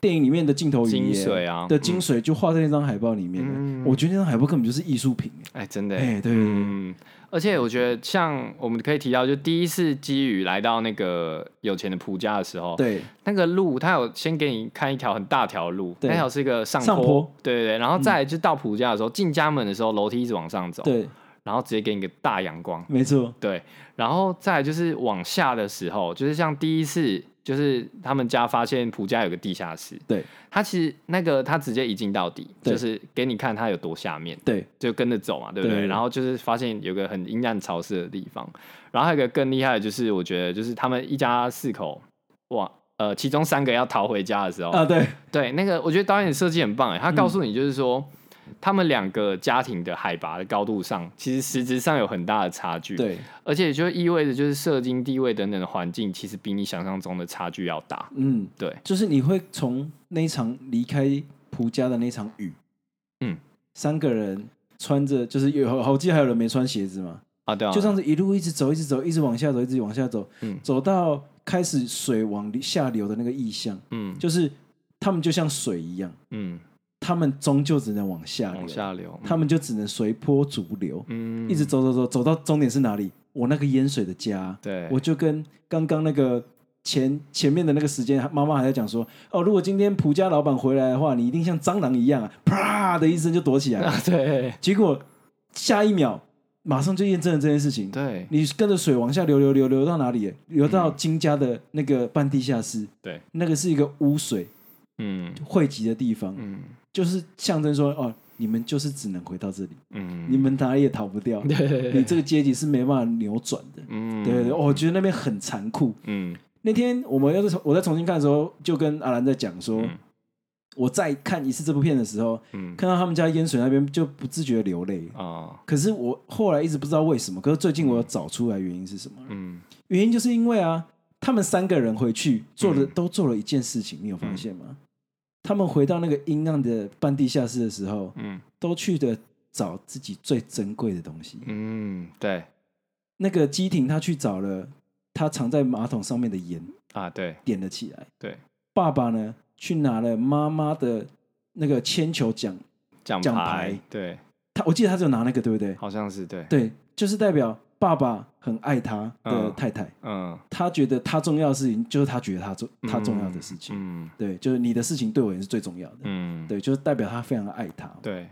Speaker 2: 电影里面的镜头语
Speaker 1: 精
Speaker 2: 言
Speaker 1: 髓啊
Speaker 2: 的精髓就画在那张海报里面了。
Speaker 1: 嗯
Speaker 2: 我觉得那张海报根本就是艺术品。
Speaker 1: 哎真的
Speaker 2: 哎，对，
Speaker 1: 嗯，而且我觉得像我们可以提到，就第一次基宇来到那个有钱的蒲家的时候，
Speaker 2: 对
Speaker 1: 那个路，他有先给你看一条很大条的路，
Speaker 2: 对
Speaker 1: 那条是一个上
Speaker 2: 上坡
Speaker 1: 对对对，然后再来就到普家的时候，进家门的时候楼梯一直往上走，
Speaker 2: 嗯对，
Speaker 1: 然后直接给你个大阳光，
Speaker 2: 没错，
Speaker 1: 对，然后再来就是往下的时候，就是像第一次，就是他们家发现普家有个地下室，
Speaker 2: 对，
Speaker 1: 他其实那个他直接一进到底，
Speaker 2: 对
Speaker 1: 就是给你看他有多下面，
Speaker 2: 对
Speaker 1: 就跟着走嘛，对不对？
Speaker 2: 对
Speaker 1: 然后就是发现有个很阴暗潮湿的地方，然后还有一个更厉害的就是，我觉得就是他们一家四口，哇，呃，其中三个要逃回家的时候，
Speaker 2: 啊，对
Speaker 1: 对，那个我觉得导演设计很棒哎，他告诉你就是说，他们两个家庭的海拔的高度上，其实实质上有很大的差距，，
Speaker 2: 对，
Speaker 1: 而且就意味着就是社经地位等等的环境，其实比你想象中的差距要大，
Speaker 2: 嗯，
Speaker 1: 对，
Speaker 2: 就是你会从那一场离开蒲家的那一场雨，
Speaker 1: 嗯，
Speaker 2: 三个人穿着就是有好记还有人没穿鞋子嘛，
Speaker 1: 啊，对啊，
Speaker 2: 就这样子一路一直走，一直走，一直往下走，一直往下走，
Speaker 1: 嗯
Speaker 2: 走到开始水往下流的那个意象，
Speaker 1: 嗯
Speaker 2: 就是他们就像水一样，
Speaker 1: 嗯，
Speaker 2: 他们终究只能往下流，
Speaker 1: 往下流，
Speaker 2: 他们就只能随波逐流，
Speaker 1: 嗯
Speaker 2: 一直走走走，走到终点是哪里？我那个淹水的家，
Speaker 1: 对，
Speaker 2: 我就跟刚刚那个前前面的那个时间，妈妈还在讲说，哦，如果今天蒲家老板回来的话，你一定像蟑螂一样啊，啪的一声就躲起来了
Speaker 1: *laughs* 啊，对
Speaker 2: 结果下一秒马上就验证了这件事情。
Speaker 1: 对
Speaker 2: 你跟着水往下流，流流流到哪里？流到金家的那个半地下室，
Speaker 1: 对，
Speaker 2: 那个是一个污水
Speaker 1: 嗯
Speaker 2: 汇集的地方，
Speaker 1: 嗯
Speaker 2: 就是象征说，哦，你们就是只能回到这里，
Speaker 1: 嗯，
Speaker 2: 你
Speaker 1: *laughs*
Speaker 2: 们哪里也逃不掉，你这个阶级是没办法扭转的。
Speaker 1: 嗯
Speaker 2: 对对对，哦我觉得那边很残酷。
Speaker 1: 嗯
Speaker 2: 那天我们要是我在重新看的时候，就跟阿兰在讲说，
Speaker 1: 嗯
Speaker 2: 我再看一次这部片的时候，
Speaker 1: 嗯
Speaker 2: 看到他们家淹水那边就不自觉地流泪。
Speaker 1: 啊
Speaker 2: 可是我后来一直不知道为什么，可是最近我有找出来原因是什么。
Speaker 1: 嗯
Speaker 2: 原因就是因为啊，他们三个人回去做
Speaker 1: 嗯
Speaker 2: 了、都做了一件事情，你有发现吗？他们回到那个阴暗的半地下室的时候，
Speaker 1: 嗯
Speaker 2: 都去的找自己最珍贵的东西。
Speaker 1: 嗯，对
Speaker 2: 那个基廷他去找了他藏在马桶上面的盐，
Speaker 1: 啊对
Speaker 2: 点了起来。
Speaker 1: 对，
Speaker 2: 爸爸呢去拿了妈妈的那个铅球奖，
Speaker 1: 奖
Speaker 2: 奖
Speaker 1: 牌
Speaker 2: 牌
Speaker 1: 对，
Speaker 2: 他我记得他只有拿那个，对不对？
Speaker 1: 好像是对，
Speaker 2: 对，就是代表爸爸很爱他的
Speaker 1: 嗯
Speaker 2: 太太，
Speaker 1: 嗯，
Speaker 2: 他觉得他重要的事情就是他觉得他重他
Speaker 1: 嗯
Speaker 2: 重要的事情。
Speaker 1: 嗯
Speaker 2: 对，就是你的事情对我也是最重要的。
Speaker 1: 嗯
Speaker 2: 对，就是代表他非常爱他。
Speaker 1: 对，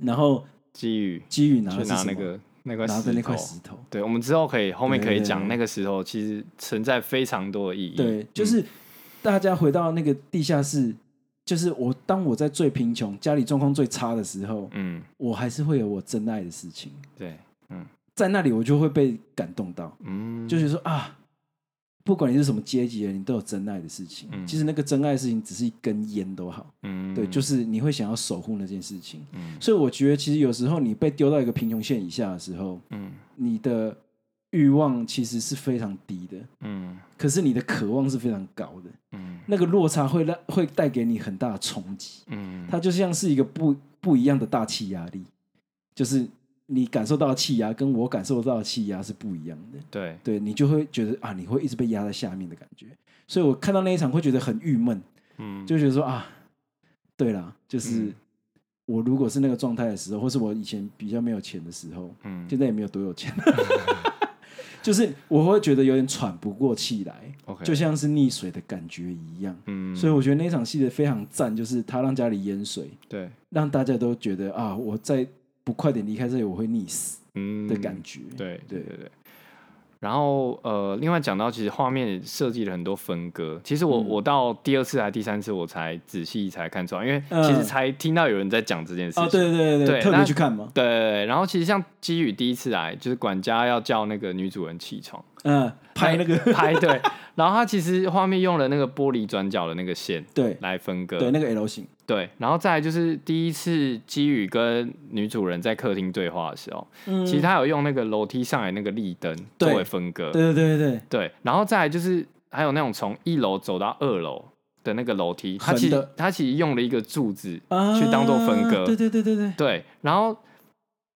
Speaker 2: 然后
Speaker 1: 基宇
Speaker 2: 基宇拿
Speaker 1: 去
Speaker 2: 的是
Speaker 1: 拿
Speaker 2: 什
Speaker 1: 那
Speaker 2: 么？
Speaker 1: 个那块
Speaker 2: 拿
Speaker 1: 石
Speaker 2: 的那块
Speaker 1: 头
Speaker 2: 石头。
Speaker 1: 对，我们之后可以后面
Speaker 2: 对
Speaker 1: 可以
Speaker 2: 对
Speaker 1: 讲
Speaker 2: 对
Speaker 1: 那个石头其实存在非常多的意义，
Speaker 2: 对，就是大家回到那个地下室，就是我当我在最贫穷、家里状况最差的时候，
Speaker 1: 嗯
Speaker 2: 我还是会有我真爱的事情，
Speaker 1: 对
Speaker 2: 在那里我就会被感动到，
Speaker 1: 嗯
Speaker 2: 就是说啊。不管你是什么阶级的人，你都有真爱的事情。
Speaker 1: 嗯
Speaker 2: 其实那个真爱的事情，只是一根烟都好，
Speaker 1: 嗯
Speaker 2: 对，就是你会想要守护那件事情。
Speaker 1: 嗯
Speaker 2: 所以我觉得，其实有时候你被丢到一个贫穷线以下的时候，
Speaker 1: 嗯
Speaker 2: 你的欲望其实是非常低的，
Speaker 1: 嗯
Speaker 2: 可是你的渴望是非常高的。
Speaker 1: 嗯
Speaker 2: 那个落差会让会带给你很大的冲击，
Speaker 1: 嗯，
Speaker 2: 它就像是一个不不一样的大气压力，就是你感受到的气压跟我感受到的气压是不一样的，
Speaker 1: 对
Speaker 2: 对你就会觉得啊，你会一直被压在下面的感觉。所以我看到那一场会觉得很郁闷，
Speaker 1: 嗯
Speaker 2: 就觉得说啊，对啦，就是
Speaker 1: 嗯
Speaker 2: 我如果是那个状态的时候，或是我以前比较没有钱的时候，
Speaker 1: 嗯
Speaker 2: 现在也没有多有钱，就是我会觉得有点喘不过气来，
Speaker 1: ，OK，
Speaker 2: 就像是溺水的感觉一样。
Speaker 1: 嗯，
Speaker 2: 所以我觉得那场戏的非常赞，就是他让家里淹水，
Speaker 1: 对，
Speaker 2: 让大家都觉得啊，我再不快点离开这里，我会溺死
Speaker 1: 嗯
Speaker 2: 的感觉。
Speaker 1: 对对
Speaker 2: 对
Speaker 1: 对对。然后呃，另外讲到，其实画面设计了很多分割。其实我、
Speaker 2: 嗯
Speaker 1: 我到第二次还是第三次，我才仔细才看出来，因为其实
Speaker 2: 嗯
Speaker 1: 才听到有人在讲这件事情。
Speaker 2: 啊，对对对
Speaker 1: 对
Speaker 2: 特
Speaker 1: 那
Speaker 2: 别去看嘛，
Speaker 1: 对对对然后其实像基宇第一次来，就是管家要叫那个女主人起床 *laughs*
Speaker 2: 嗯，拍那个，
Speaker 1: 拍对，然后他其实画面用了那个玻璃转角的那个线
Speaker 2: *laughs* 对
Speaker 1: 来分割，
Speaker 2: 对，那个 L 型，
Speaker 1: 对然后再来就是第一次基宇跟女主人在客厅对话的时候，
Speaker 2: 嗯
Speaker 1: 其实他有用那个楼梯上来那个立灯
Speaker 2: 对
Speaker 1: 作为分割，
Speaker 2: 嗯对对对对
Speaker 1: 对，然后再来就是还有那种从一楼走到二楼的那个楼梯，它其
Speaker 2: 横
Speaker 1: 实
Speaker 2: 的
Speaker 1: 它其实用了一个柱子，
Speaker 2: 对，啊，
Speaker 1: 去当作分割
Speaker 2: 对对对对对，
Speaker 1: 对，然后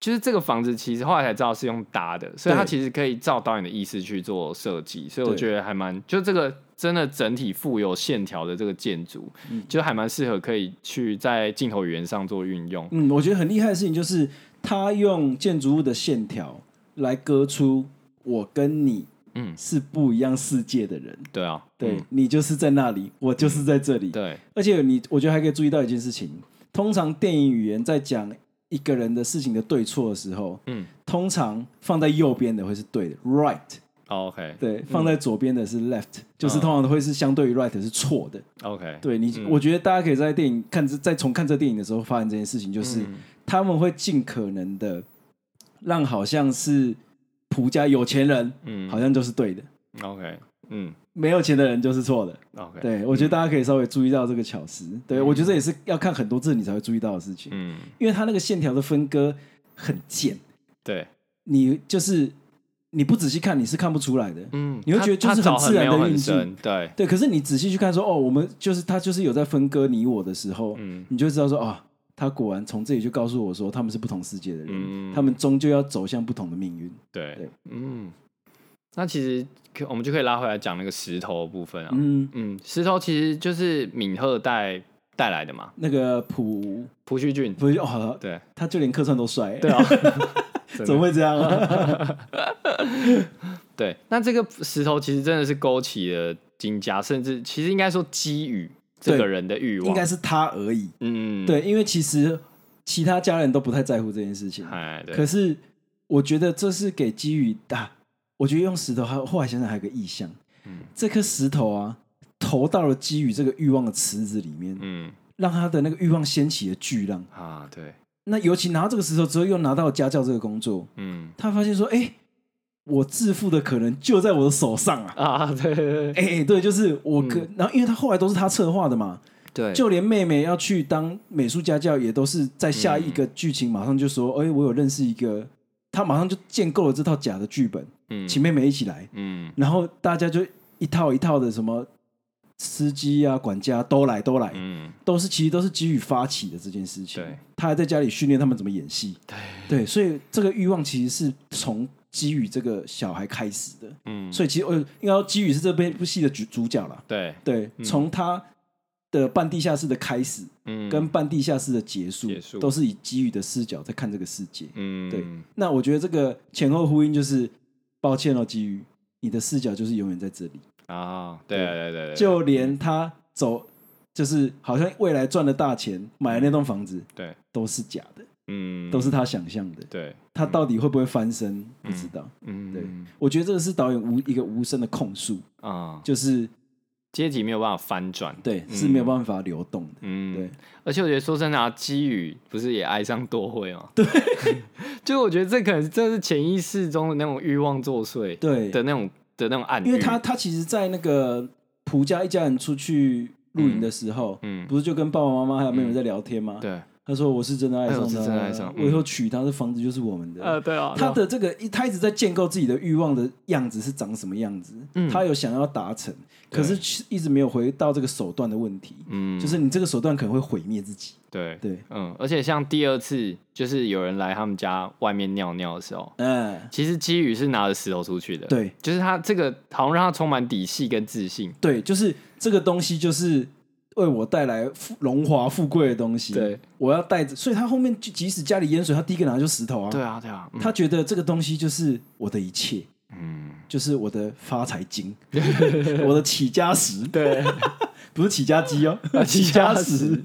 Speaker 1: 就是这个房子其实后来才知道是用搭的，所以它
Speaker 2: 对
Speaker 1: 其实可以照导演的意思去做设计，所以我
Speaker 2: 对
Speaker 1: 觉得还蛮就这个真的整体富有线条的这个建筑，
Speaker 2: 嗯
Speaker 1: 就还蛮适合可以去在镜头语言上做运用。
Speaker 2: 嗯，我觉得很厉害的事情就是他用建筑物的线条来割出我跟你
Speaker 1: 嗯，
Speaker 2: 是不一样世界的人，
Speaker 1: 对啊，
Speaker 2: 对、
Speaker 1: 嗯
Speaker 2: 你就是在那里，我就是在这里，
Speaker 1: 对，
Speaker 2: 而且你，我觉得还可以注意到一件事情，通常电影语言在讲一个人的事情的对错的时候，
Speaker 1: 嗯
Speaker 2: 通常放在右边的会是对的，right，
Speaker 1: ，OK
Speaker 2: 对，放在左边的是 left，、就是
Speaker 1: 嗯
Speaker 2: 通常都会是相对于 right 是错的。
Speaker 1: OK，
Speaker 2: 对你，
Speaker 1: 嗯
Speaker 2: 我觉得大家可以在电影看这，在重看这电影的时候发现这件事情，就是、
Speaker 1: 嗯
Speaker 2: 他们会尽可能的让好像是仆家有钱人，
Speaker 1: 嗯
Speaker 2: 好像就是对的，
Speaker 1: ，OK，嗯
Speaker 2: 没有钱的人就是错的。
Speaker 1: ，OK，，
Speaker 2: 对，我觉得
Speaker 1: 嗯
Speaker 2: 大家可以稍微注意到这个巧思。对我觉得这也是要看很多次你才会注意到的事情，
Speaker 1: 嗯，
Speaker 2: 因为它那个线条的分割很贱，嗯
Speaker 1: 对，
Speaker 2: 你就是你不仔细看你是看不出来的。
Speaker 1: 嗯，
Speaker 2: 你会
Speaker 1: 它
Speaker 2: 觉得就
Speaker 1: 它
Speaker 2: 是很
Speaker 1: 找
Speaker 2: 自然
Speaker 1: 没有
Speaker 2: 的
Speaker 1: 很
Speaker 2: 运镜
Speaker 1: 深对，
Speaker 2: 对，可是你仔细去看说，哦，我们就是它就是有在分割你我的时候，
Speaker 1: 嗯
Speaker 2: 你就知道说，啊、他果然从这里就告诉我说，他们是不同世界的人，
Speaker 1: 嗯
Speaker 2: 他们终究要走向不同的命运。
Speaker 1: 对，
Speaker 2: 对
Speaker 1: 嗯，那其实可我们就可以拉回来讲那个石头的部分啊。嗯
Speaker 2: 嗯，
Speaker 1: 石头其实就是敏赫带带来的嘛，
Speaker 2: 那个朴
Speaker 1: 朴叙俊。
Speaker 2: 不是哦，
Speaker 1: 对
Speaker 2: 他就连客串都帅，
Speaker 1: 对，啊，
Speaker 2: *laughs* 怎么会这样
Speaker 1: *laughs*
Speaker 2: 啊？
Speaker 1: 对。那这个石头其实真的是勾起了金家，甚至其实应该说基宇这个
Speaker 2: 对
Speaker 1: 人的欲望。
Speaker 2: 应该是他而已。
Speaker 1: 嗯，，
Speaker 2: 对，因为其实其他家人都不太在乎这件事情，
Speaker 1: 哎，对
Speaker 2: 可，是我觉得这是给基宇啊，我觉得用石头，还有后来想想还有个意象，
Speaker 1: 嗯
Speaker 2: 这颗石头啊投到了基宇这个欲望的池子里面，
Speaker 1: 嗯
Speaker 2: 让他的那个欲望掀起了巨浪。
Speaker 1: 啊，对，
Speaker 2: 那尤其拿到这个石头之后，又拿到家教这个工作，
Speaker 1: 嗯
Speaker 2: 他发现说，哎，我致富的可能就在我的手上 *laughs* 啊！
Speaker 1: 啊，嗯对对对
Speaker 2: 哎、哎对，就是我可，然后因为他后来都是他策划的嘛，
Speaker 1: 对，
Speaker 2: 就连妹妹要去当美术家教，也都是在下一
Speaker 1: 嗯
Speaker 2: 个剧情马上就说：“哎、我有认识一个。”他马上就建构了这套假的剧本，
Speaker 1: 嗯
Speaker 2: 请妹妹一起来，
Speaker 1: 嗯
Speaker 2: 然后大家就一套一套的什么司机啊、管家都来都来，
Speaker 1: 嗯，
Speaker 2: 都是其实都是基于发起的这件事情
Speaker 1: 对。
Speaker 2: 他还在家里训练他们怎么演戏，
Speaker 1: 对，
Speaker 2: 对，所以这个欲望其实是从基于这个小孩开始的。
Speaker 1: 嗯，
Speaker 2: 所以其实呃，应该说基宇是这部戏的主主角啦，
Speaker 1: 对，
Speaker 2: 对，从他的半地下室的开始，
Speaker 1: 嗯，
Speaker 2: 跟半地下室的结束，
Speaker 1: 结束
Speaker 2: 都是以基于的视角在看这个世界。
Speaker 1: 嗯
Speaker 2: 对那我觉得这个前后呼应就是，抱歉哦，基于你的视角就是永远在这里，
Speaker 1: 啊，对对对对对，
Speaker 2: 就连他走，就是好像未来赚了大钱，买了那栋房子，
Speaker 1: 对，
Speaker 2: 都是假的，
Speaker 1: 嗯，
Speaker 2: 都是他想象的。
Speaker 1: 对，
Speaker 2: 他到底会不会翻身，不知道。
Speaker 1: 嗯，
Speaker 2: 对我觉得这个是导演无一个无声的控诉，
Speaker 1: 啊，
Speaker 2: 就是
Speaker 1: 阶级没有办法翻转，
Speaker 2: 对是没有办法流动的。
Speaker 1: 嗯，
Speaker 2: 对。
Speaker 1: 而且我觉得说真的啊，基宇不是也爱上多惠吗？对， *laughs* 就我觉得这可能这是潜意识中的那种欲望作祟，
Speaker 2: 对
Speaker 1: 的那种的那种暗喻，
Speaker 2: 因为他他其实，在那个蒲家一家人出去露营的时候，
Speaker 1: 嗯
Speaker 2: 不是就跟爸爸妈妈还有妹妹在聊天吗？
Speaker 1: 对，
Speaker 2: 他说我是真的爱
Speaker 1: 哎
Speaker 2: 上
Speaker 1: 我是
Speaker 2: 他，
Speaker 1: 真的爱上嗯
Speaker 2: 我以后娶她的房子就是我们的。
Speaker 1: 呃，对啊，
Speaker 2: 他的这个一，他一直在建构自己的欲望的样子是长什么样子，
Speaker 1: 嗯
Speaker 2: 他有想要达成，
Speaker 1: 对
Speaker 2: 可是一直没有回到这个手段的问题，
Speaker 1: 嗯，
Speaker 2: 就是你这个手段可能会毁灭自己。
Speaker 1: 对，
Speaker 2: 对，
Speaker 1: 嗯，而且像第二次就是有人来他们家外面尿尿的时候，
Speaker 2: 嗯，
Speaker 1: 其实基宇是拿着石头出去的，，
Speaker 2: 对
Speaker 1: 就是他这个好像让他充满底气跟自信，
Speaker 2: 对，就是这个东西就是为我带来富荣华富贵的东西，
Speaker 1: 对，
Speaker 2: 我要带着。所以他后面就即使家里淹水，他第一个拿的就是石头啊。
Speaker 1: 对啊，对啊，嗯
Speaker 2: 他觉得这个东西就是我的一切，
Speaker 1: 嗯，
Speaker 2: 就是我的发
Speaker 1: *laughs*
Speaker 2: 财金，我的起家石，
Speaker 1: 对，
Speaker 2: *laughs*
Speaker 1: 啊
Speaker 2: 不是 *laughs* 起家鸡哦，
Speaker 1: 起家石。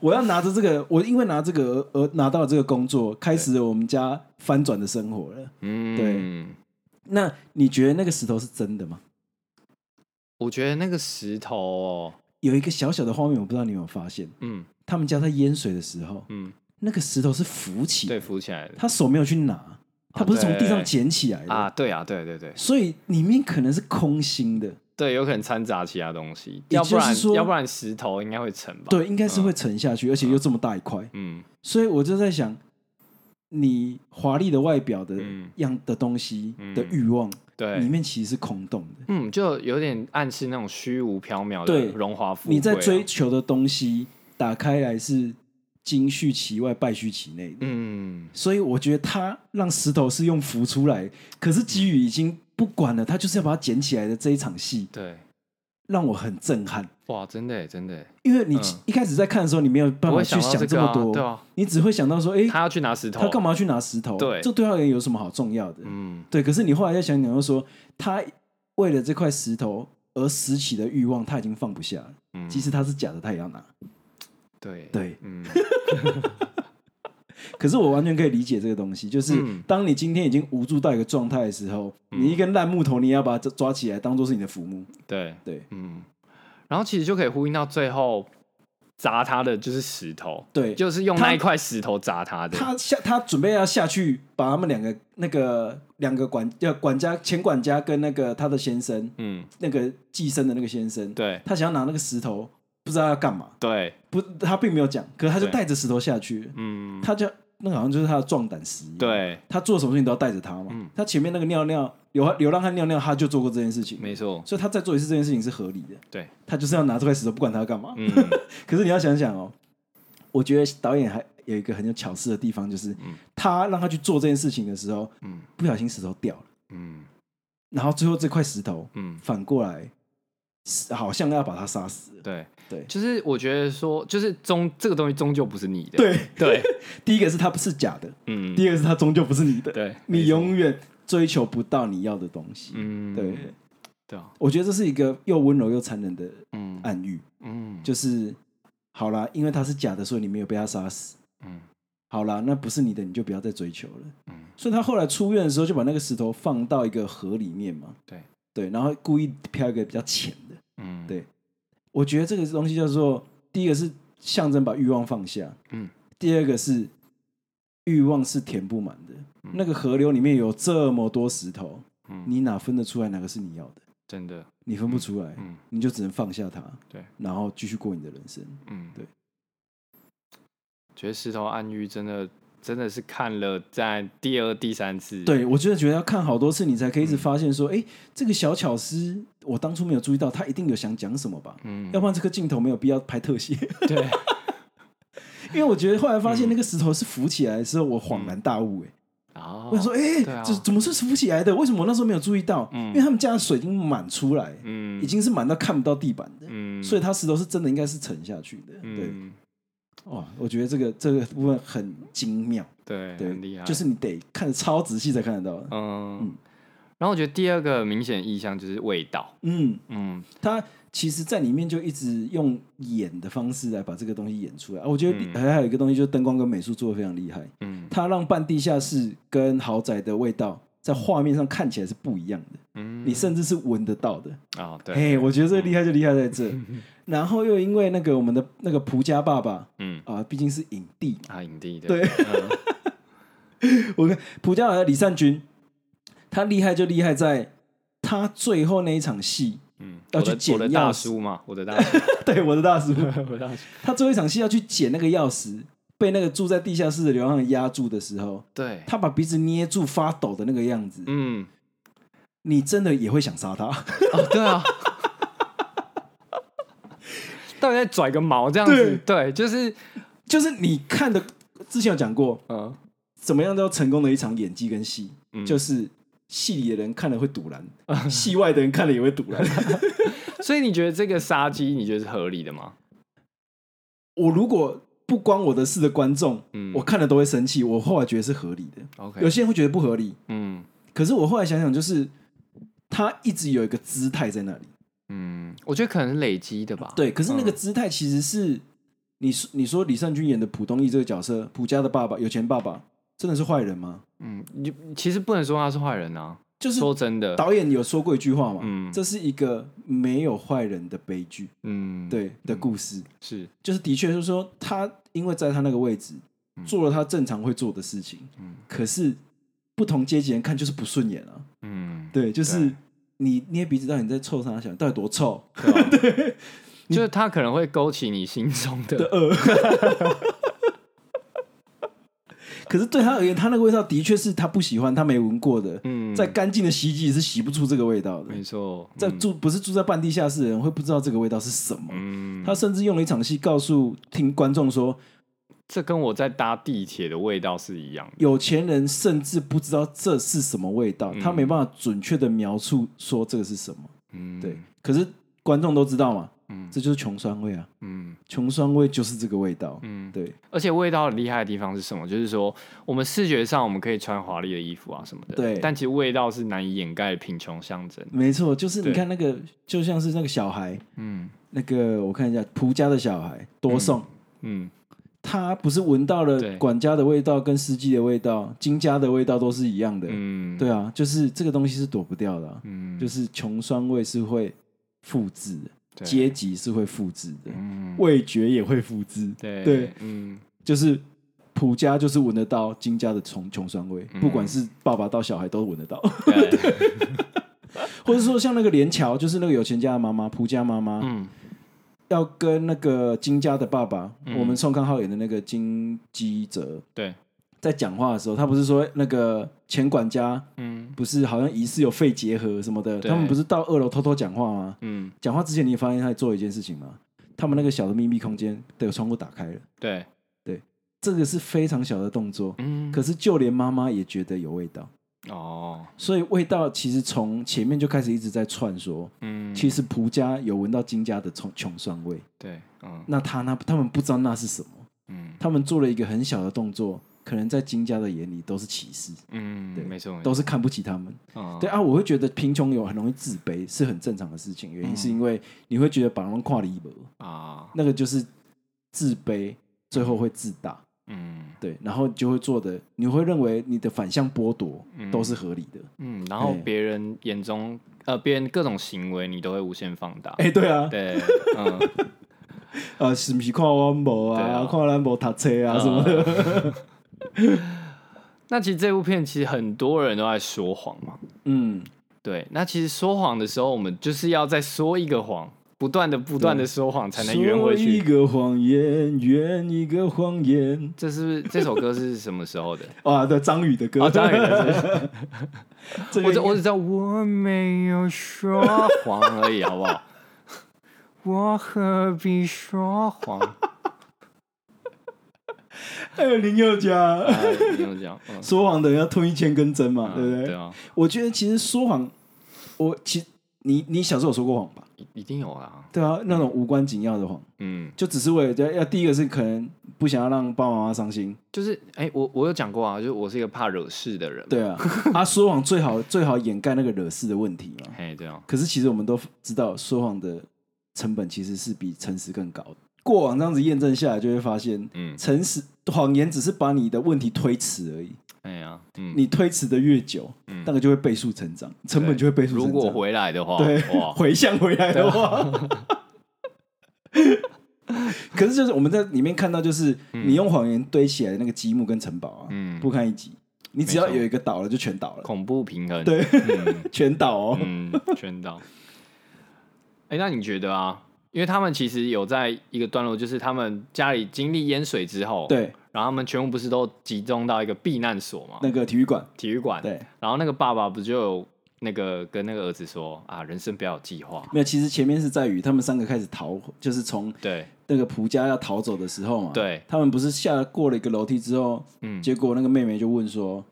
Speaker 2: 我要拿着这个，我因为拿这个而而拿到了这个工作，开始了我们家翻转的生活了。
Speaker 1: 嗯，
Speaker 2: 对。那你觉得那个石头是真的吗？
Speaker 1: 我觉得那个石头、哦，
Speaker 2: 有一个小小的画面，我不知道你有没有发现，
Speaker 1: 嗯
Speaker 2: 他们家在淹水的时候，
Speaker 1: 嗯，
Speaker 2: 那个石头是浮起的
Speaker 1: 对，，浮起来的
Speaker 2: 他手没有去拿，他不是从地上
Speaker 1: 对
Speaker 2: 捡起来的，
Speaker 1: 啊，对啊，对对对
Speaker 2: 所以里面可能是空心的，
Speaker 1: 对，有可能掺杂其他东西，
Speaker 2: 也
Speaker 1: 要
Speaker 2: 就
Speaker 1: 不
Speaker 2: 是
Speaker 1: 然
Speaker 2: 说
Speaker 1: 要不然石头应该会沉吧？，
Speaker 2: 对，应该是会沉下去，
Speaker 1: 啊
Speaker 2: 而且又这么大一块，
Speaker 1: 嗯
Speaker 2: 所以我就在想，你华丽的外表的
Speaker 1: 嗯
Speaker 2: 样的东西
Speaker 1: 嗯
Speaker 2: 的欲望，里
Speaker 1: 对，
Speaker 2: 面其实是空洞的。
Speaker 1: 嗯，就有点暗示那种虚无缥缈的
Speaker 2: 对
Speaker 1: 荣华富贵、啊。
Speaker 2: 你在追，求的东西打开来是金絮其外，败絮其内的，
Speaker 1: 嗯，
Speaker 2: 所以我觉得他让石头是用浮出来，可是基宇已经不管了，他就是要把它捡起来的这一场戏，
Speaker 1: 对，
Speaker 2: 让我很震撼。
Speaker 1: 哇，真的耶真的耶，
Speaker 2: 因为你
Speaker 1: 嗯
Speaker 2: 一开始在看的时候，你没有办
Speaker 1: 我会
Speaker 2: 法去
Speaker 1: 到这
Speaker 2: 这
Speaker 1: 个
Speaker 2: 么
Speaker 1: 啊
Speaker 2: 多，
Speaker 1: 对啊，
Speaker 2: 你只会想到说，哎、
Speaker 1: 他要去拿石头，
Speaker 2: 他干嘛去拿石头？
Speaker 1: 对
Speaker 2: 这对他而言有什么好重要的？
Speaker 1: 嗯，
Speaker 2: 对，可是你后来再想想，又说他为了这块石头而拾起的欲望，他已经放不下了。
Speaker 1: 嗯
Speaker 2: 即使他是假的，他也要拿。
Speaker 1: 对，
Speaker 2: 对，
Speaker 1: 嗯，
Speaker 2: 可是我完全可以理解这个东西，就是
Speaker 1: 嗯
Speaker 2: 当你今天已经无助到一个状态的时候，
Speaker 1: 嗯
Speaker 2: 你一根烂木头，你也要把它抓起来，当做是你的浮木。
Speaker 1: 对，
Speaker 2: 对
Speaker 1: 嗯，然后其实就可以呼应到最后砸他的就是石头，
Speaker 2: 对，
Speaker 1: 就是用
Speaker 2: 他
Speaker 1: 那一块石头砸他的，
Speaker 2: 他下他准备要下去把他们两个那个两个管要管家前管家跟那个他的先生
Speaker 1: 嗯，
Speaker 2: 那个寄生的那个先生，
Speaker 1: 对
Speaker 2: 他想要拿那个石头，不知道要干嘛，
Speaker 1: 对，
Speaker 2: 不他并没有讲，可是他就
Speaker 1: 对
Speaker 2: 带着石头下去，
Speaker 1: 嗯，
Speaker 2: 他就那个好像就是他的壮胆石一样，，
Speaker 1: 对，
Speaker 2: 他做什么事情都要带着他嘛，
Speaker 1: 嗯
Speaker 2: 他前面那个尿尿流流浪汉尿尿他就做过这件事情，
Speaker 1: 没错，
Speaker 2: 所以他再做一次这件事情是合理的，
Speaker 1: 对，
Speaker 2: 他就是要拿这块石头不管他要干嘛，
Speaker 1: 嗯，
Speaker 2: *laughs* 可是你要想想哦，我觉得导演还有一个很有巧思的地方，就是、
Speaker 1: 嗯
Speaker 2: 他让他去做这件事情的时候，
Speaker 1: 嗯
Speaker 2: 不小心石头掉了，
Speaker 1: 嗯
Speaker 2: 然后最后这块石头
Speaker 1: 嗯，
Speaker 2: 反过来是好像要把他杀死了。
Speaker 1: 对
Speaker 2: 对
Speaker 1: 就是我觉得说，就是终这个东西终究不是你的，
Speaker 2: 对，
Speaker 1: 对，
Speaker 2: 第一个是他不是假的，
Speaker 1: 嗯，
Speaker 2: 第二个是他终究不是你的，
Speaker 1: 对，没
Speaker 2: 你
Speaker 1: 错
Speaker 2: 永远追求不到你要的东西。
Speaker 1: 嗯，
Speaker 2: 对，
Speaker 1: 对啊，
Speaker 2: 我觉得这是一个又温柔又残忍的
Speaker 1: 嗯
Speaker 2: 暗喻，
Speaker 1: 嗯，
Speaker 2: 哎就是好啦，因为他是假的，所以你没有被他杀死。
Speaker 1: 嗯
Speaker 2: 好啦，那不是你的，你就不要再追求了。
Speaker 1: 嗯
Speaker 2: 所以他后来出院的时候，就把那个石头放到一个河里面嘛。
Speaker 1: 对
Speaker 2: 对，然后故意漂一个比较浅的。
Speaker 1: 嗯，
Speaker 2: 对我觉得这个东西叫做，第一个是象征把欲望放下，
Speaker 1: 嗯，
Speaker 2: 第二个是欲望是填不满的。那个河流里面有这么多石头，
Speaker 1: 嗯
Speaker 2: 你哪分得出来哪个是你要的？
Speaker 1: 真的，
Speaker 2: 你分不出来，
Speaker 1: 嗯
Speaker 2: 你就只能放下它，
Speaker 1: 对，
Speaker 2: 然后继续过你的人生。
Speaker 1: 嗯
Speaker 2: 对。
Speaker 1: 觉得石头暗喻真的真的是看了在第二、第三次，
Speaker 2: 对，我真的觉得要看好多次，你才可以一
Speaker 1: 嗯
Speaker 2: 直发现说，哎、这个小巧思，我当初没有注意到，他一定有想讲什么吧？
Speaker 1: 嗯，
Speaker 2: 要不然这个镜头没有必要拍特写。 *laughs*
Speaker 1: 对，
Speaker 2: 因为我觉得后来发现那个石头是浮起来的时候，我恍然大悟、哎、
Speaker 1: 哦，
Speaker 2: 我想说，哎、
Speaker 1: 对啊
Speaker 2: 这怎么是浮起来的？为什么我那时候没有注意到？
Speaker 1: 嗯
Speaker 2: 因为他们家的水已经满出来，
Speaker 1: 嗯，
Speaker 2: 已经是满到看不到地板的，
Speaker 1: 嗯，
Speaker 2: 所以
Speaker 1: 他
Speaker 2: 它石头是真的应该是沉下去的。对，
Speaker 1: 嗯
Speaker 2: 哇，我觉得这个这个部分很精妙，
Speaker 1: 对
Speaker 2: 对，
Speaker 1: 很厉害，
Speaker 2: 就是你得看得超仔细才看得到的。
Speaker 1: 嗯
Speaker 2: 嗯。
Speaker 1: 然后我觉得第二个明显意象就是味道，
Speaker 2: 嗯，
Speaker 1: 嗯
Speaker 2: 它其实，在里面就一直用演的方式来把这个东西演出来。啊我觉
Speaker 1: 嗯
Speaker 2: 得还还有一个东西，就是灯光跟美术做的非常厉害。
Speaker 1: 嗯
Speaker 2: 它让半地下室跟豪宅的味道在画面上看起来是不一样的，
Speaker 1: 嗯，
Speaker 2: 你甚至是闻得到的。
Speaker 1: 哦对，
Speaker 2: 哎，我觉得这个厉害就厉害在这。
Speaker 1: *laughs*
Speaker 2: 然后又因为那个我们的那个蒲家爸爸
Speaker 1: 嗯
Speaker 2: 啊，毕竟是影帝，
Speaker 1: 啊影帝的，
Speaker 2: 对
Speaker 1: 嗯
Speaker 2: 我看蒲家爸爸李善均，他厉害就厉害在他最后那一场戏， *laughs*
Speaker 1: 嗯，
Speaker 2: 要
Speaker 1: 我
Speaker 2: 去
Speaker 1: 的
Speaker 2: 捡
Speaker 1: 我的
Speaker 2: 钥
Speaker 1: 大
Speaker 2: 匙
Speaker 1: 叔嘛，我的大叔，
Speaker 2: 对 *laughs* 我的大叔，
Speaker 1: 我的大叔，
Speaker 2: 他最后一场戏要去捡那个钥匙，被那个住在地下室的流浪汉压住的时候，
Speaker 1: 对，
Speaker 2: 他把鼻子捏住发抖的那个样子，
Speaker 1: 嗯，
Speaker 2: 你真的也会想杀
Speaker 1: *laughs*
Speaker 2: 他。
Speaker 1: 哦，对啊，到底在拽个毛这样子？对，就是，
Speaker 2: 就是你看的，之前有讲过，
Speaker 1: 嗯
Speaker 2: 怎么样叫成功的一场演技跟戏，
Speaker 1: 嗯 *laughs*
Speaker 2: 就是戏里的人看了会堵然，戏外的人看了也会堵然。
Speaker 1: 所以你觉得这个杀鸡，你觉得是合理的吗？
Speaker 2: 我如果不关我的事的观众，
Speaker 1: 嗯
Speaker 2: 我看了都会生气。我后来觉得是合理的，
Speaker 1: ，OK，
Speaker 2: 有些人会觉得不合理，
Speaker 1: 嗯
Speaker 2: 可是我后来想想，就是他一直有一个姿态在那里。
Speaker 1: 嗯，我觉得可能是累积的吧。
Speaker 2: 对，可是那个
Speaker 1: 嗯
Speaker 2: 姿态其实是、你说你说李善均演的浦东义这个角色，浦家的爸爸，有钱爸爸，真的是坏人吗？
Speaker 1: 嗯，你其实不能说他是坏人啊。
Speaker 2: 就是
Speaker 1: 说真的，
Speaker 2: 导演有说过一句话嘛，
Speaker 1: 嗯
Speaker 2: 这是一个没有坏人的悲剧，
Speaker 1: 嗯，
Speaker 2: 对的故事，
Speaker 1: 是，
Speaker 2: 就是的确就是说他因为在他那个位置
Speaker 1: 嗯
Speaker 2: 做了他正常会做的事情，
Speaker 1: 嗯
Speaker 2: 可是不同阶级人看就是不顺眼啊，
Speaker 1: 嗯，
Speaker 2: 对，就是
Speaker 1: 对
Speaker 2: 你捏鼻子到底在臭啥想，到底多臭？ *laughs*
Speaker 1: 对吧，就是他可能会勾起你心中的
Speaker 2: 可是对他而言，他那个味道的确是他不喜欢，他没闻过的。
Speaker 1: 嗯，
Speaker 2: 在干净的洗衣机里是洗不出这个味道的
Speaker 1: 没。错，
Speaker 2: 在
Speaker 1: 嗯
Speaker 2: 住不是住在半地下室的人会不知道这个味道是什么。
Speaker 1: 嗯，
Speaker 2: 他甚至用了一场戏告诉听观众说，
Speaker 1: 这跟我在搭地铁的味道是一样的。
Speaker 2: 有钱人甚至不知道这是什么味道，他没办法准确的描述说这个是什么。
Speaker 1: 嗯，
Speaker 2: 对，，可是观众都知道嘛，
Speaker 1: 嗯
Speaker 2: 这就是穷酸味啊，
Speaker 1: 嗯
Speaker 2: 穷酸味就是这个味道。
Speaker 1: 嗯，
Speaker 2: 对
Speaker 1: 而且味道厉害的地方是什么？就是说，我们视觉上我们可以穿华丽的衣服啊什么的，
Speaker 2: 对
Speaker 1: 但其实味道是难以掩盖的贫穷象征。
Speaker 2: 没错，就是你
Speaker 1: 对
Speaker 2: 看那个，就像是那个小孩，
Speaker 1: 嗯
Speaker 2: 那个我看一下蒲家的小孩多送。
Speaker 1: 嗯，
Speaker 2: 他不是闻到了
Speaker 1: 对
Speaker 2: 管家的味道跟司机的味道、金家的味道都是一样的，
Speaker 1: 嗯，
Speaker 2: 对啊，就是这个东西是躲不掉的啊、
Speaker 1: 嗯，
Speaker 2: 就是穷酸味是会复制的，
Speaker 1: 对，
Speaker 2: 阶级是会复制的，
Speaker 1: 嗯，
Speaker 2: 味觉也会复制，
Speaker 1: 对
Speaker 2: 对， *laughs*
Speaker 1: 嗯
Speaker 2: 就是。普家就是闻得到金家的穷穷酸味，
Speaker 1: 嗯
Speaker 2: 不管是爸爸到小孩都闻得到， *laughs*
Speaker 1: 对，
Speaker 2: 或者说像那个连桥，就是那个有钱家的妈妈，蒲家妈妈，
Speaker 1: 嗯
Speaker 2: 要跟那个金家的爸爸，
Speaker 1: 嗯
Speaker 2: 我们宋康昊演的那个金基哲，
Speaker 1: 对，
Speaker 2: 在讲话的时候，他不是说那个前管家
Speaker 1: 嗯
Speaker 2: 不是好像疑似有肺结核什么的，
Speaker 1: 对
Speaker 2: 他们不是到二楼偷偷讲话吗？
Speaker 1: 嗯，
Speaker 2: 讲话之前，你也发现他在做一件事情吗？他们那个小的秘密空间的窗户打开了，
Speaker 1: 对，
Speaker 2: 这个是非常小的动作，
Speaker 1: 嗯，
Speaker 2: 可是就连妈妈也觉得有味道，
Speaker 1: 哦，
Speaker 2: 所以味道其实从前面就开始一直在串说，
Speaker 1: 嗯，
Speaker 2: 其实蒲家有闻到金家的穷穷酸味，
Speaker 1: 对，嗯
Speaker 2: 那他那他们不知道那是什么，
Speaker 1: 嗯
Speaker 2: 他们做了一个很小的动作，可能在金家的眼里都是歧视，
Speaker 1: 嗯，
Speaker 2: 对
Speaker 1: 没错，没
Speaker 2: 都
Speaker 1: 错
Speaker 2: 是看不起他们。
Speaker 1: 嗯
Speaker 2: 对啊，我会觉得贫穷有很容易自卑是很正常的事情，原
Speaker 1: 嗯
Speaker 2: 因是因为你会觉得把人跨了一步，
Speaker 1: 啊，
Speaker 2: 那个就是自卑，最后会自大，
Speaker 1: 嗯
Speaker 2: 对，然后你就会做的，你会认为你的反向剥夺
Speaker 1: 嗯
Speaker 2: 都是合理的。
Speaker 1: 嗯，然后
Speaker 2: 对
Speaker 1: 别人眼中呃，别人各种行为你都会无限放大，
Speaker 2: 哎、对啊，
Speaker 1: 对，嗯， *laughs*
Speaker 2: 呃，是不是跨弯博
Speaker 1: 对
Speaker 2: 啊，
Speaker 1: 啊
Speaker 2: 跨弯博搭车啊什么的？
Speaker 1: *laughs* 的。那其实这部片其实很多人都在说谎嘛，
Speaker 2: 嗯，
Speaker 1: 对。那其实说谎的时候，我们就是要再说一个谎，不断的、不断的说谎，才能圆回
Speaker 2: 说一
Speaker 1: 去。
Speaker 2: 个谎言，圆一个谎言
Speaker 1: 这是不是这首歌是什么时候
Speaker 2: *laughs*
Speaker 1: 的？
Speaker 2: 啊！对，张宇的歌，
Speaker 1: 哦，张宇的是不是。
Speaker 2: *laughs* 这个
Speaker 1: 我只
Speaker 2: 应该
Speaker 1: 我只知道我没有说谎而已，好不
Speaker 2: *laughs*
Speaker 1: 好？我何必说谎？
Speaker 2: 还有林宥嘉，
Speaker 1: 啊你有讲，嗯，
Speaker 2: 说谎的人要吞一千根针嘛， *laughs* 对不
Speaker 1: 嗯
Speaker 2: 对？
Speaker 1: 对啊，
Speaker 2: 我觉得其实说谎，我其你你小时候有说过谎吧？
Speaker 1: 一一定有啊，
Speaker 2: 对啊，那种无关紧要的谎，
Speaker 1: 嗯，
Speaker 2: 就只是为了要要第一个是可能不想要让爸爸妈妈伤心，
Speaker 1: 就是哎、我我有讲过啊，就是我是一个怕惹事的人，， *laughs*
Speaker 2: 对啊，啊说谎最好最好掩盖那个惹事的问题嘛。
Speaker 1: 嘿，对啊，
Speaker 2: 可是其实我们都知道，说谎的成本其实是比诚实更高的。过往这样子验证下来，就会发现，
Speaker 1: 嗯，
Speaker 2: 诚实谎言只是把你的问题推迟而已。
Speaker 1: 哎呀、嗯，
Speaker 2: 你推迟的越久，
Speaker 1: 嗯
Speaker 2: 那个就会倍数成长，成本
Speaker 1: 对
Speaker 2: 就会倍数成
Speaker 1: 如
Speaker 2: 长。
Speaker 1: 果回来的话，
Speaker 2: 对
Speaker 1: 哇，
Speaker 2: 回向回来的话。
Speaker 1: 啊
Speaker 2: *laughs* 可是就是我们在里面看到，就是你用谎言堆起来的那个积木跟城堡啊，
Speaker 1: 嗯
Speaker 2: 不堪一击。你只要
Speaker 1: 没错
Speaker 2: 有一个倒了，就全倒了，
Speaker 1: 恐怖平衡，
Speaker 2: 对
Speaker 1: 嗯
Speaker 2: 全倒哦。 *laughs*
Speaker 1: 嗯，全到。哎、那你觉得啊？因为他们其实有在一个段落，就是他们家里经历淹水之后，，
Speaker 2: 对，
Speaker 1: 然后他们全部不是都集中到一个避难所嘛，
Speaker 2: 那个体育馆，
Speaker 1: 体育馆，
Speaker 2: 对，
Speaker 1: 然后那个爸爸不就有那个跟那个儿子说啊，人生不要有计划，
Speaker 2: 没有。其实前面是在于他们三个开始逃，就是从
Speaker 1: 对，
Speaker 2: 那个蒲家要逃走的时候嘛。
Speaker 1: 对
Speaker 2: 他们不是下过了一个楼梯之后，
Speaker 1: 嗯，
Speaker 2: 结果那个妹妹就问说：“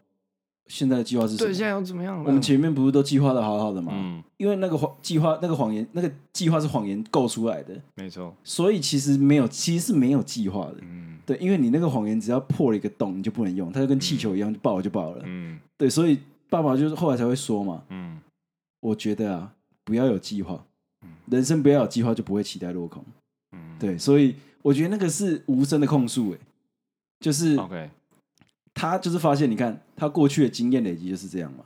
Speaker 2: 现在的计划是什
Speaker 1: 对，
Speaker 2: 么？
Speaker 1: 现在又怎么样了？
Speaker 2: 我们前面不是都计划的好好的吗？
Speaker 1: 嗯，
Speaker 2: 因为那个谎计划、那个谎言、那个计划是谎言构出来的，
Speaker 1: 没错，
Speaker 2: 所以其实没有，其实是没有计划的。
Speaker 1: 嗯
Speaker 2: 对，因为你那个谎言只要破了一个洞，你就不能用，它就跟气球一样，就爆了就爆了。
Speaker 1: 嗯
Speaker 2: 对，所以爸爸就是后来才会说嘛，
Speaker 1: 嗯，
Speaker 2: 我觉得啊，不要有计划
Speaker 1: 嗯，
Speaker 2: 人生不要有计划，就不会期待落空。
Speaker 1: 嗯
Speaker 2: 对，所以我觉得那个是无声的控诉，哎，就是
Speaker 1: ，OK，
Speaker 2: 他就是发现，你看他过去的经验累积就是这样嘛。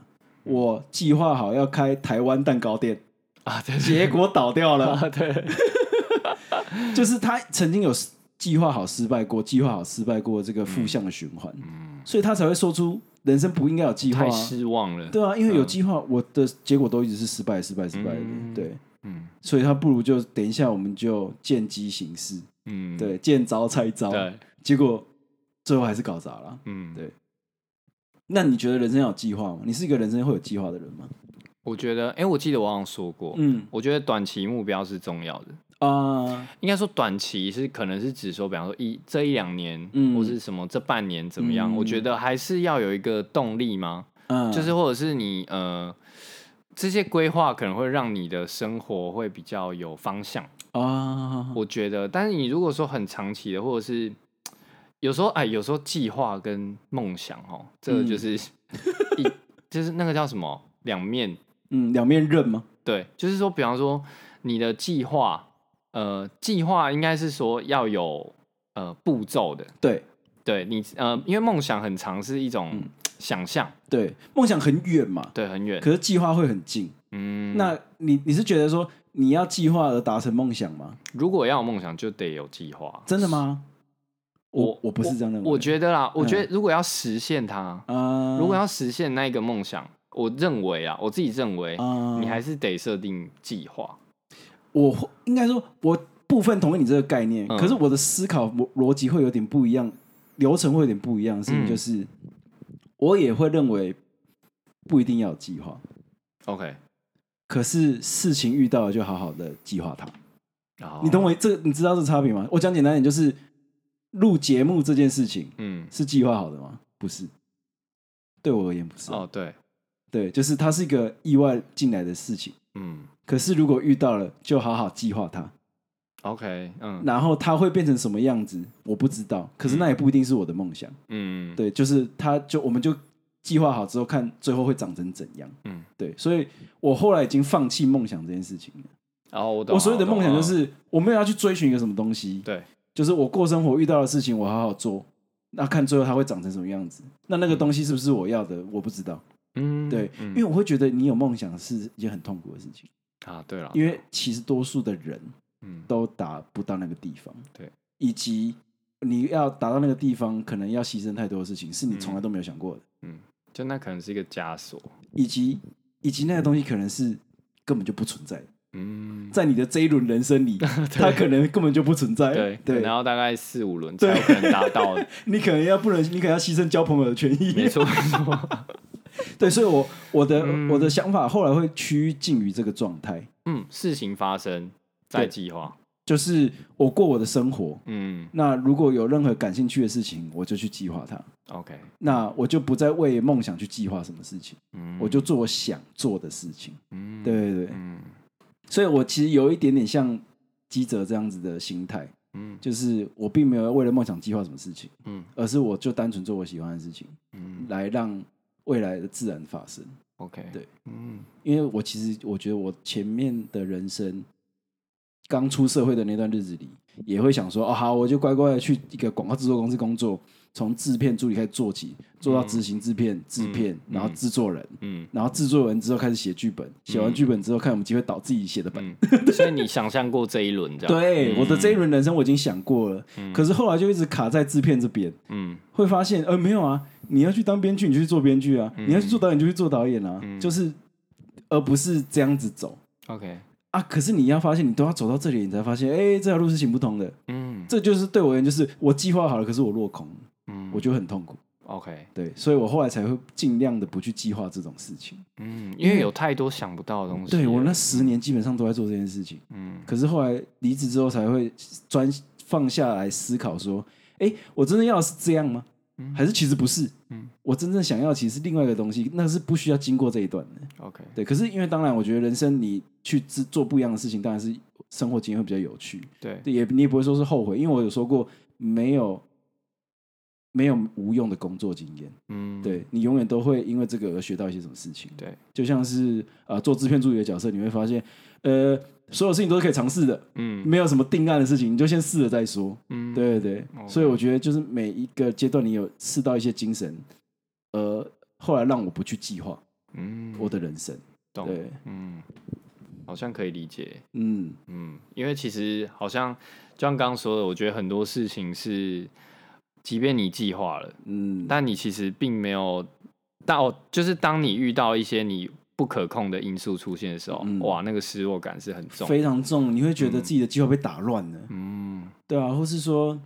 Speaker 1: 嗯
Speaker 2: 我计划好要开台湾蛋糕店，
Speaker 1: 啊，对
Speaker 2: 结果倒掉了。
Speaker 1: 啊， *laughs* 对，
Speaker 2: *laughs* 就是他曾经有计划好失败过，计划好失败过这个负向的循环，
Speaker 1: 嗯，
Speaker 2: 所以他才会说出人生不应该有计划、
Speaker 1: 太
Speaker 2: 啊。
Speaker 1: 失望了，
Speaker 2: 对啊，因为有
Speaker 1: 嗯
Speaker 2: 计划，我的结果都一直是失败、失败、失败的。
Speaker 1: 嗯
Speaker 2: 对，
Speaker 1: 嗯
Speaker 2: 所以他不如就等一下，我们就见机行事，
Speaker 1: 嗯，
Speaker 2: 对，见招拆招。
Speaker 1: 对，
Speaker 2: 结果最后还是搞砸了。
Speaker 1: 嗯，
Speaker 2: 对那你觉得人生要有计划吗？你是一个人生会有计划的人吗？
Speaker 1: 我觉得，哎，我记得我好像说过，
Speaker 2: 嗯
Speaker 1: 我觉得短期目标是重要的。
Speaker 2: 啊，
Speaker 1: 应该说短期是可能是指说，比方说一这一两年，
Speaker 2: 嗯
Speaker 1: 或是什么这半年怎么样？
Speaker 2: 嗯
Speaker 1: 我觉得还是要有一个动力吗？
Speaker 2: 嗯
Speaker 1: 就是或者是你呃，这些规划可能会让你的生活会比较有方向。
Speaker 2: 啊，
Speaker 1: 我觉得，但是你如果说很长期的，或者是有时候哎，有时候计划跟梦想哦，这个
Speaker 2: 嗯
Speaker 1: 就是、一就是那个叫什么两面
Speaker 2: 嗯，两面刃吗？
Speaker 1: 对，就是说，比方说你的计划，呃，计划应该是说要有呃步骤的，
Speaker 2: 对
Speaker 1: 对你呃，因为梦想很长是一种
Speaker 2: 嗯
Speaker 1: 想象，
Speaker 2: 对，梦想很远嘛，
Speaker 1: 对，很远，
Speaker 2: 可是计划会很近。
Speaker 1: 嗯，
Speaker 2: 那你你是觉得说你要计划而达成梦想吗？
Speaker 1: 如果要有梦想，就得有计划。
Speaker 2: 真的吗？我我不是这样认为。
Speaker 1: 我觉得啦，
Speaker 2: 嗯
Speaker 1: 我觉得如果要实现它，
Speaker 2: 啊，
Speaker 1: 如果要实现那一个梦想，我认为啊，我自己认为，
Speaker 2: 啊，
Speaker 1: 你还是得设定计划。
Speaker 2: 我会应该说，我部分同意你这个概念，
Speaker 1: 嗯
Speaker 2: 可是我的思考逻逻辑会有点不一样，流程会有点不一样。的事情
Speaker 1: 嗯
Speaker 2: 就是，我也会认为不一定要有计划，
Speaker 1: OK，
Speaker 2: 可是事情遇到了就好好的计划它。
Speaker 1: 然后
Speaker 2: 你懂我这你知道这差别吗？我讲简单一点，就是录节目这件事情
Speaker 1: 嗯，
Speaker 2: 是计划好的吗？不是，对我而言不是。
Speaker 1: 哦，对，
Speaker 2: 对，就是它是一个意外进来的事情。
Speaker 1: 嗯
Speaker 2: 可是如果遇到了，就好好计划它，
Speaker 1: ，OK，嗯
Speaker 2: 然后它会变成什么样子，我不知道。可是那也不一定是我的梦想。
Speaker 1: 嗯，
Speaker 2: 对，就是它就我们就计划好之后，看最后会长成怎样。
Speaker 1: 嗯，
Speaker 2: 对，所以我后来已经放弃梦想这件事情了。
Speaker 1: 然后哦我懂啊
Speaker 2: 我所有
Speaker 1: 有
Speaker 2: 的梦想就是我没有要去追寻一个什么东西，
Speaker 1: 对，
Speaker 2: 就是我过生活遇到的事情，我好好做，那看最后它会长成什么样子。那那个东西是不是我要的，我不知道。
Speaker 1: 嗯，
Speaker 2: 对，
Speaker 1: 嗯
Speaker 2: 因为我会觉得你有梦想是一件很痛苦的事情，
Speaker 1: 啊，对了，
Speaker 2: 因为其实多数的人
Speaker 1: 嗯，
Speaker 2: 都达不到那个地方，
Speaker 1: 对，
Speaker 2: 以及你要达到那个地方，可能要牺牲太多的事情，是你
Speaker 1: 嗯
Speaker 2: 从来都没有想过的，
Speaker 1: 就那可能是一个枷锁，
Speaker 2: 以及以及那个东西可能是根本就不存在的，
Speaker 1: 嗯，
Speaker 2: 在你的这一轮人生
Speaker 1: *laughs*
Speaker 2: 里，它可能根本就不存在，
Speaker 1: 对，
Speaker 2: 对
Speaker 1: 然，后大概四五轮才有可能达
Speaker 2: *laughs*
Speaker 1: 到，
Speaker 2: 你可能要不能，你可能要牺牲交朋友的权益，
Speaker 1: 没错没错，
Speaker 2: 对，所以我我的、
Speaker 1: 嗯
Speaker 2: 我的想法后来会趋近于这个状态，
Speaker 1: 嗯，事情发生再
Speaker 2: 对
Speaker 1: 计划，
Speaker 2: 就是我过我的生活。
Speaker 1: 嗯
Speaker 2: 那如果有任何感兴趣的事情，我就去计划它。
Speaker 1: ，OK，
Speaker 2: 那我就不再为梦想去计划什么事情，
Speaker 1: 嗯，
Speaker 2: 我就做我想做的事情。
Speaker 1: 嗯，
Speaker 2: 对，对对，
Speaker 1: 嗯
Speaker 2: 所以我其实有一点点像基者这样子的心态，
Speaker 1: 嗯
Speaker 2: 就是我并没有为了梦想计划什么事情，
Speaker 1: 嗯
Speaker 2: 而是我就单纯做我喜欢的事情，
Speaker 1: 嗯
Speaker 2: 来让未来的自然发生。
Speaker 1: ，OK，
Speaker 2: 对，
Speaker 1: 嗯
Speaker 2: 因为我其实我觉得我前面的人生刚出社会的那段日子里，也会想说，哦，好，我就乖乖的去一个广告制作公司工作，从制片助理开始做起，做到执行制片、制片，然后制作人，
Speaker 1: 嗯
Speaker 2: 然后制作人之后开始写剧本，写完剧本之后看有没有机会导自己写的本。
Speaker 1: 嗯，所以你想象过这一轮这样，
Speaker 2: 对，
Speaker 1: 嗯
Speaker 2: 我的这一，轮人生我已经想过了，可是后来就一直卡在制片这边，
Speaker 1: 嗯
Speaker 2: 会发现，呃，没有啊，你要去当编剧，你就去做编剧啊；你
Speaker 1: 嗯
Speaker 2: 要去做导演，就去做导演啊，就是而不是这样子走。
Speaker 1: ，OK，
Speaker 2: 啊，可是你要发现，你都要走到这里，你才发现，哎、这条路是行不通的。
Speaker 1: 嗯
Speaker 2: 这就是对我而言，就是我计划好了，可是我落空，
Speaker 1: 嗯，
Speaker 2: 我就很痛苦。
Speaker 1: OK，
Speaker 2: 对，所以我后来才会尽量的不去计划这种事情。
Speaker 1: 嗯，因为有太多想不到的东西了，
Speaker 2: 对我那十年基本上都在做这件事情，
Speaker 1: 嗯
Speaker 2: 可是后来离职之后才会专放下来思考，说，哎、我真的要是这样吗？
Speaker 1: 嗯
Speaker 2: 还是其实不是，
Speaker 1: 嗯
Speaker 2: 我真正想要其实是另外一个东西，那是不需要经过这一段的。
Speaker 1: OK，
Speaker 2: 对，可是因为当然，我觉得人生你去自做不一样的事情，当然是生活经验会比较有趣，
Speaker 1: 对
Speaker 2: 对也你也不会说是后悔，因为我有说过没有没有无用的工作经验，
Speaker 1: 嗯
Speaker 2: 对你永远都会因为这个而学到一些什么事情。
Speaker 1: 对，
Speaker 2: 就像是呃做制片助理的角色，你会发现，呃，所有事情都是可以尝试的，
Speaker 1: 嗯
Speaker 2: 没有什么定案的事情，你就先试了再说。
Speaker 1: 嗯
Speaker 2: 对对对，
Speaker 1: OK
Speaker 2: 所以我觉得就是每一个阶段，你有试到一些精神，呃，后来让我不去计划
Speaker 1: 嗯
Speaker 2: 我的人生。
Speaker 1: 懂
Speaker 2: 对，
Speaker 1: 嗯，好像可以理解。
Speaker 2: 嗯，
Speaker 1: 嗯，因为其实好像就像刚刚说的，我觉得很多事情是，即便你计划了，
Speaker 2: 嗯，
Speaker 1: 但你其实并没有到，就是当你遇到一些你不可控的因素出现的时候，
Speaker 2: 嗯
Speaker 1: 哇，那个失落感是很重。
Speaker 2: 非常重，你会觉得自己的计划被打乱了，
Speaker 1: 嗯
Speaker 2: 对啊，或是说，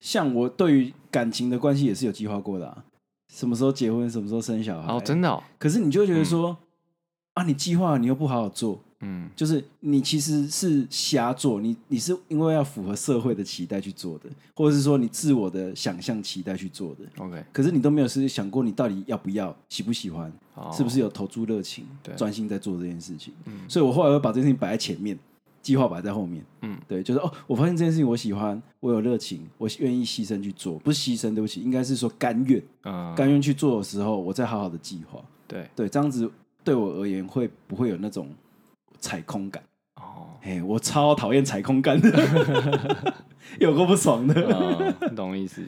Speaker 2: 像我对于感情的关系也是有计划过的、啊，什么时候结婚，什么时候生小孩，
Speaker 1: 哦，真的、哦，
Speaker 2: 可是你就会觉得说，啊，你计划你又不好好做，
Speaker 1: 嗯
Speaker 2: 就是你其实是瞎做，你你是因为要符合社会的期待去做的，或者是说你自我的想象期待去做的，
Speaker 1: ，OK，
Speaker 2: 可是你都没有是想过你到底要不要，喜不喜欢，
Speaker 1: 哦
Speaker 2: 是不是有投注热情
Speaker 1: 对，
Speaker 2: 专心在做这件事情。
Speaker 1: 嗯
Speaker 2: 所以我后来会把这件事情摆在前面，计划摆在后面。
Speaker 1: 嗯
Speaker 2: 对，就是哦，我发现这件事情我喜欢，我有热情，我愿意牺牲去做，不是牺牲，对不起，应该是说甘愿，
Speaker 1: 嗯，
Speaker 2: 甘愿去做的时候，我再好好的计划。
Speaker 1: 对，
Speaker 2: 对，这样子对我而言会不会有那种踩空感？
Speaker 1: 哦，
Speaker 2: 哎，我超讨厌踩空感的，
Speaker 1: *laughs*
Speaker 2: 有够不爽的。
Speaker 1: 嗯，懂意思。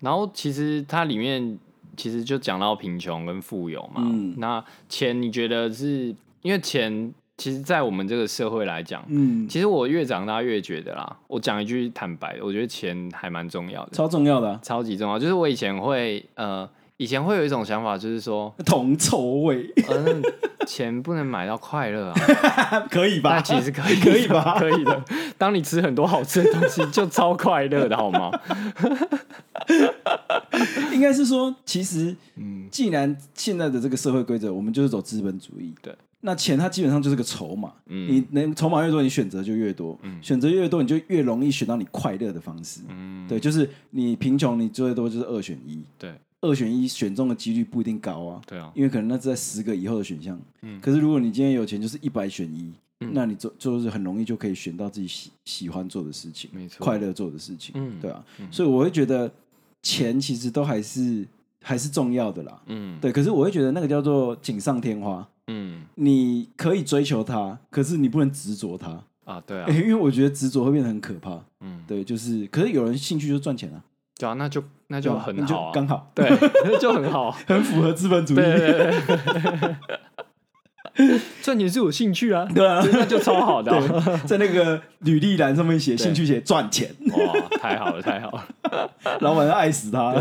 Speaker 1: 然后其实它里面其实就讲到贫穷跟富有嘛。
Speaker 2: 嗯
Speaker 1: 那钱你觉得是因为钱，其实，在我们这个社会来讲，
Speaker 2: 嗯，
Speaker 1: 其实我越长大越觉得啦，我讲一句坦白的，我觉得钱还蛮重要的，
Speaker 2: 超重要的啊、
Speaker 1: 超级重要。就是我以前会呃，以前会有一种想法，就是
Speaker 2: *laughs*
Speaker 1: 说，
Speaker 2: 铜臭味
Speaker 1: 呃，那钱不能买到快乐啊，*laughs*
Speaker 2: 可以吧
Speaker 1: 但？其实可以，
Speaker 2: 可以吧
Speaker 1: 可以的。当你吃很多好吃的东西，就超快乐的好吗？
Speaker 2: 应该是说，其实
Speaker 1: 嗯，
Speaker 2: 既然现在的这个社会规则，我们就是走资本主义，
Speaker 1: 对，
Speaker 2: 那钱它基本上就是个筹码，
Speaker 1: 嗯
Speaker 2: 你能筹码越多，你选择就越多，选择越多，你就越容易选到你快乐的方式，
Speaker 1: 嗯
Speaker 2: 对，就是你贫穷，你最多就是二选一，
Speaker 1: 对
Speaker 2: 二选一选中的几率不一定高啊，
Speaker 1: *laughs* 对啊，
Speaker 2: 因为可能那是在十个以后的选项，
Speaker 1: 嗯
Speaker 2: 可是如果你今天有钱，就是一百选一，
Speaker 1: 嗯
Speaker 2: 那你就就是很容易就可以选到自己喜喜欢做的事情，
Speaker 1: 没错
Speaker 2: 快乐做的事情，
Speaker 1: 嗯
Speaker 2: 对啊，所以我会觉得钱其实都还是还是重要的啦，
Speaker 1: 嗯
Speaker 2: 对，可是我会觉得那个叫做锦上添花，
Speaker 1: 嗯
Speaker 2: 你可以追求它，可是你不能执着它、
Speaker 1: 啊，对啊
Speaker 2: 诶， *laughs* 因为我觉得执着会变得很可怕。
Speaker 1: 嗯，
Speaker 2: 对，就是，可是有人兴趣就赚钱啊，
Speaker 1: 对啊，那就那
Speaker 2: 那
Speaker 1: 就很好啊，
Speaker 2: 刚好 *laughs*
Speaker 1: 对，那 *laughs* 就很好啊。
Speaker 2: 很符合资本主义。
Speaker 1: 对对对对， *laughs* 赚钱是我兴趣啊，
Speaker 2: *laughs* 对啊，
Speaker 1: 那就超好的啊、
Speaker 2: 对在那个履历栏上面写兴趣写赚钱，
Speaker 1: *laughs*
Speaker 2: *laughs*
Speaker 1: 哇，太好了，太好了。
Speaker 2: 老板爱死他。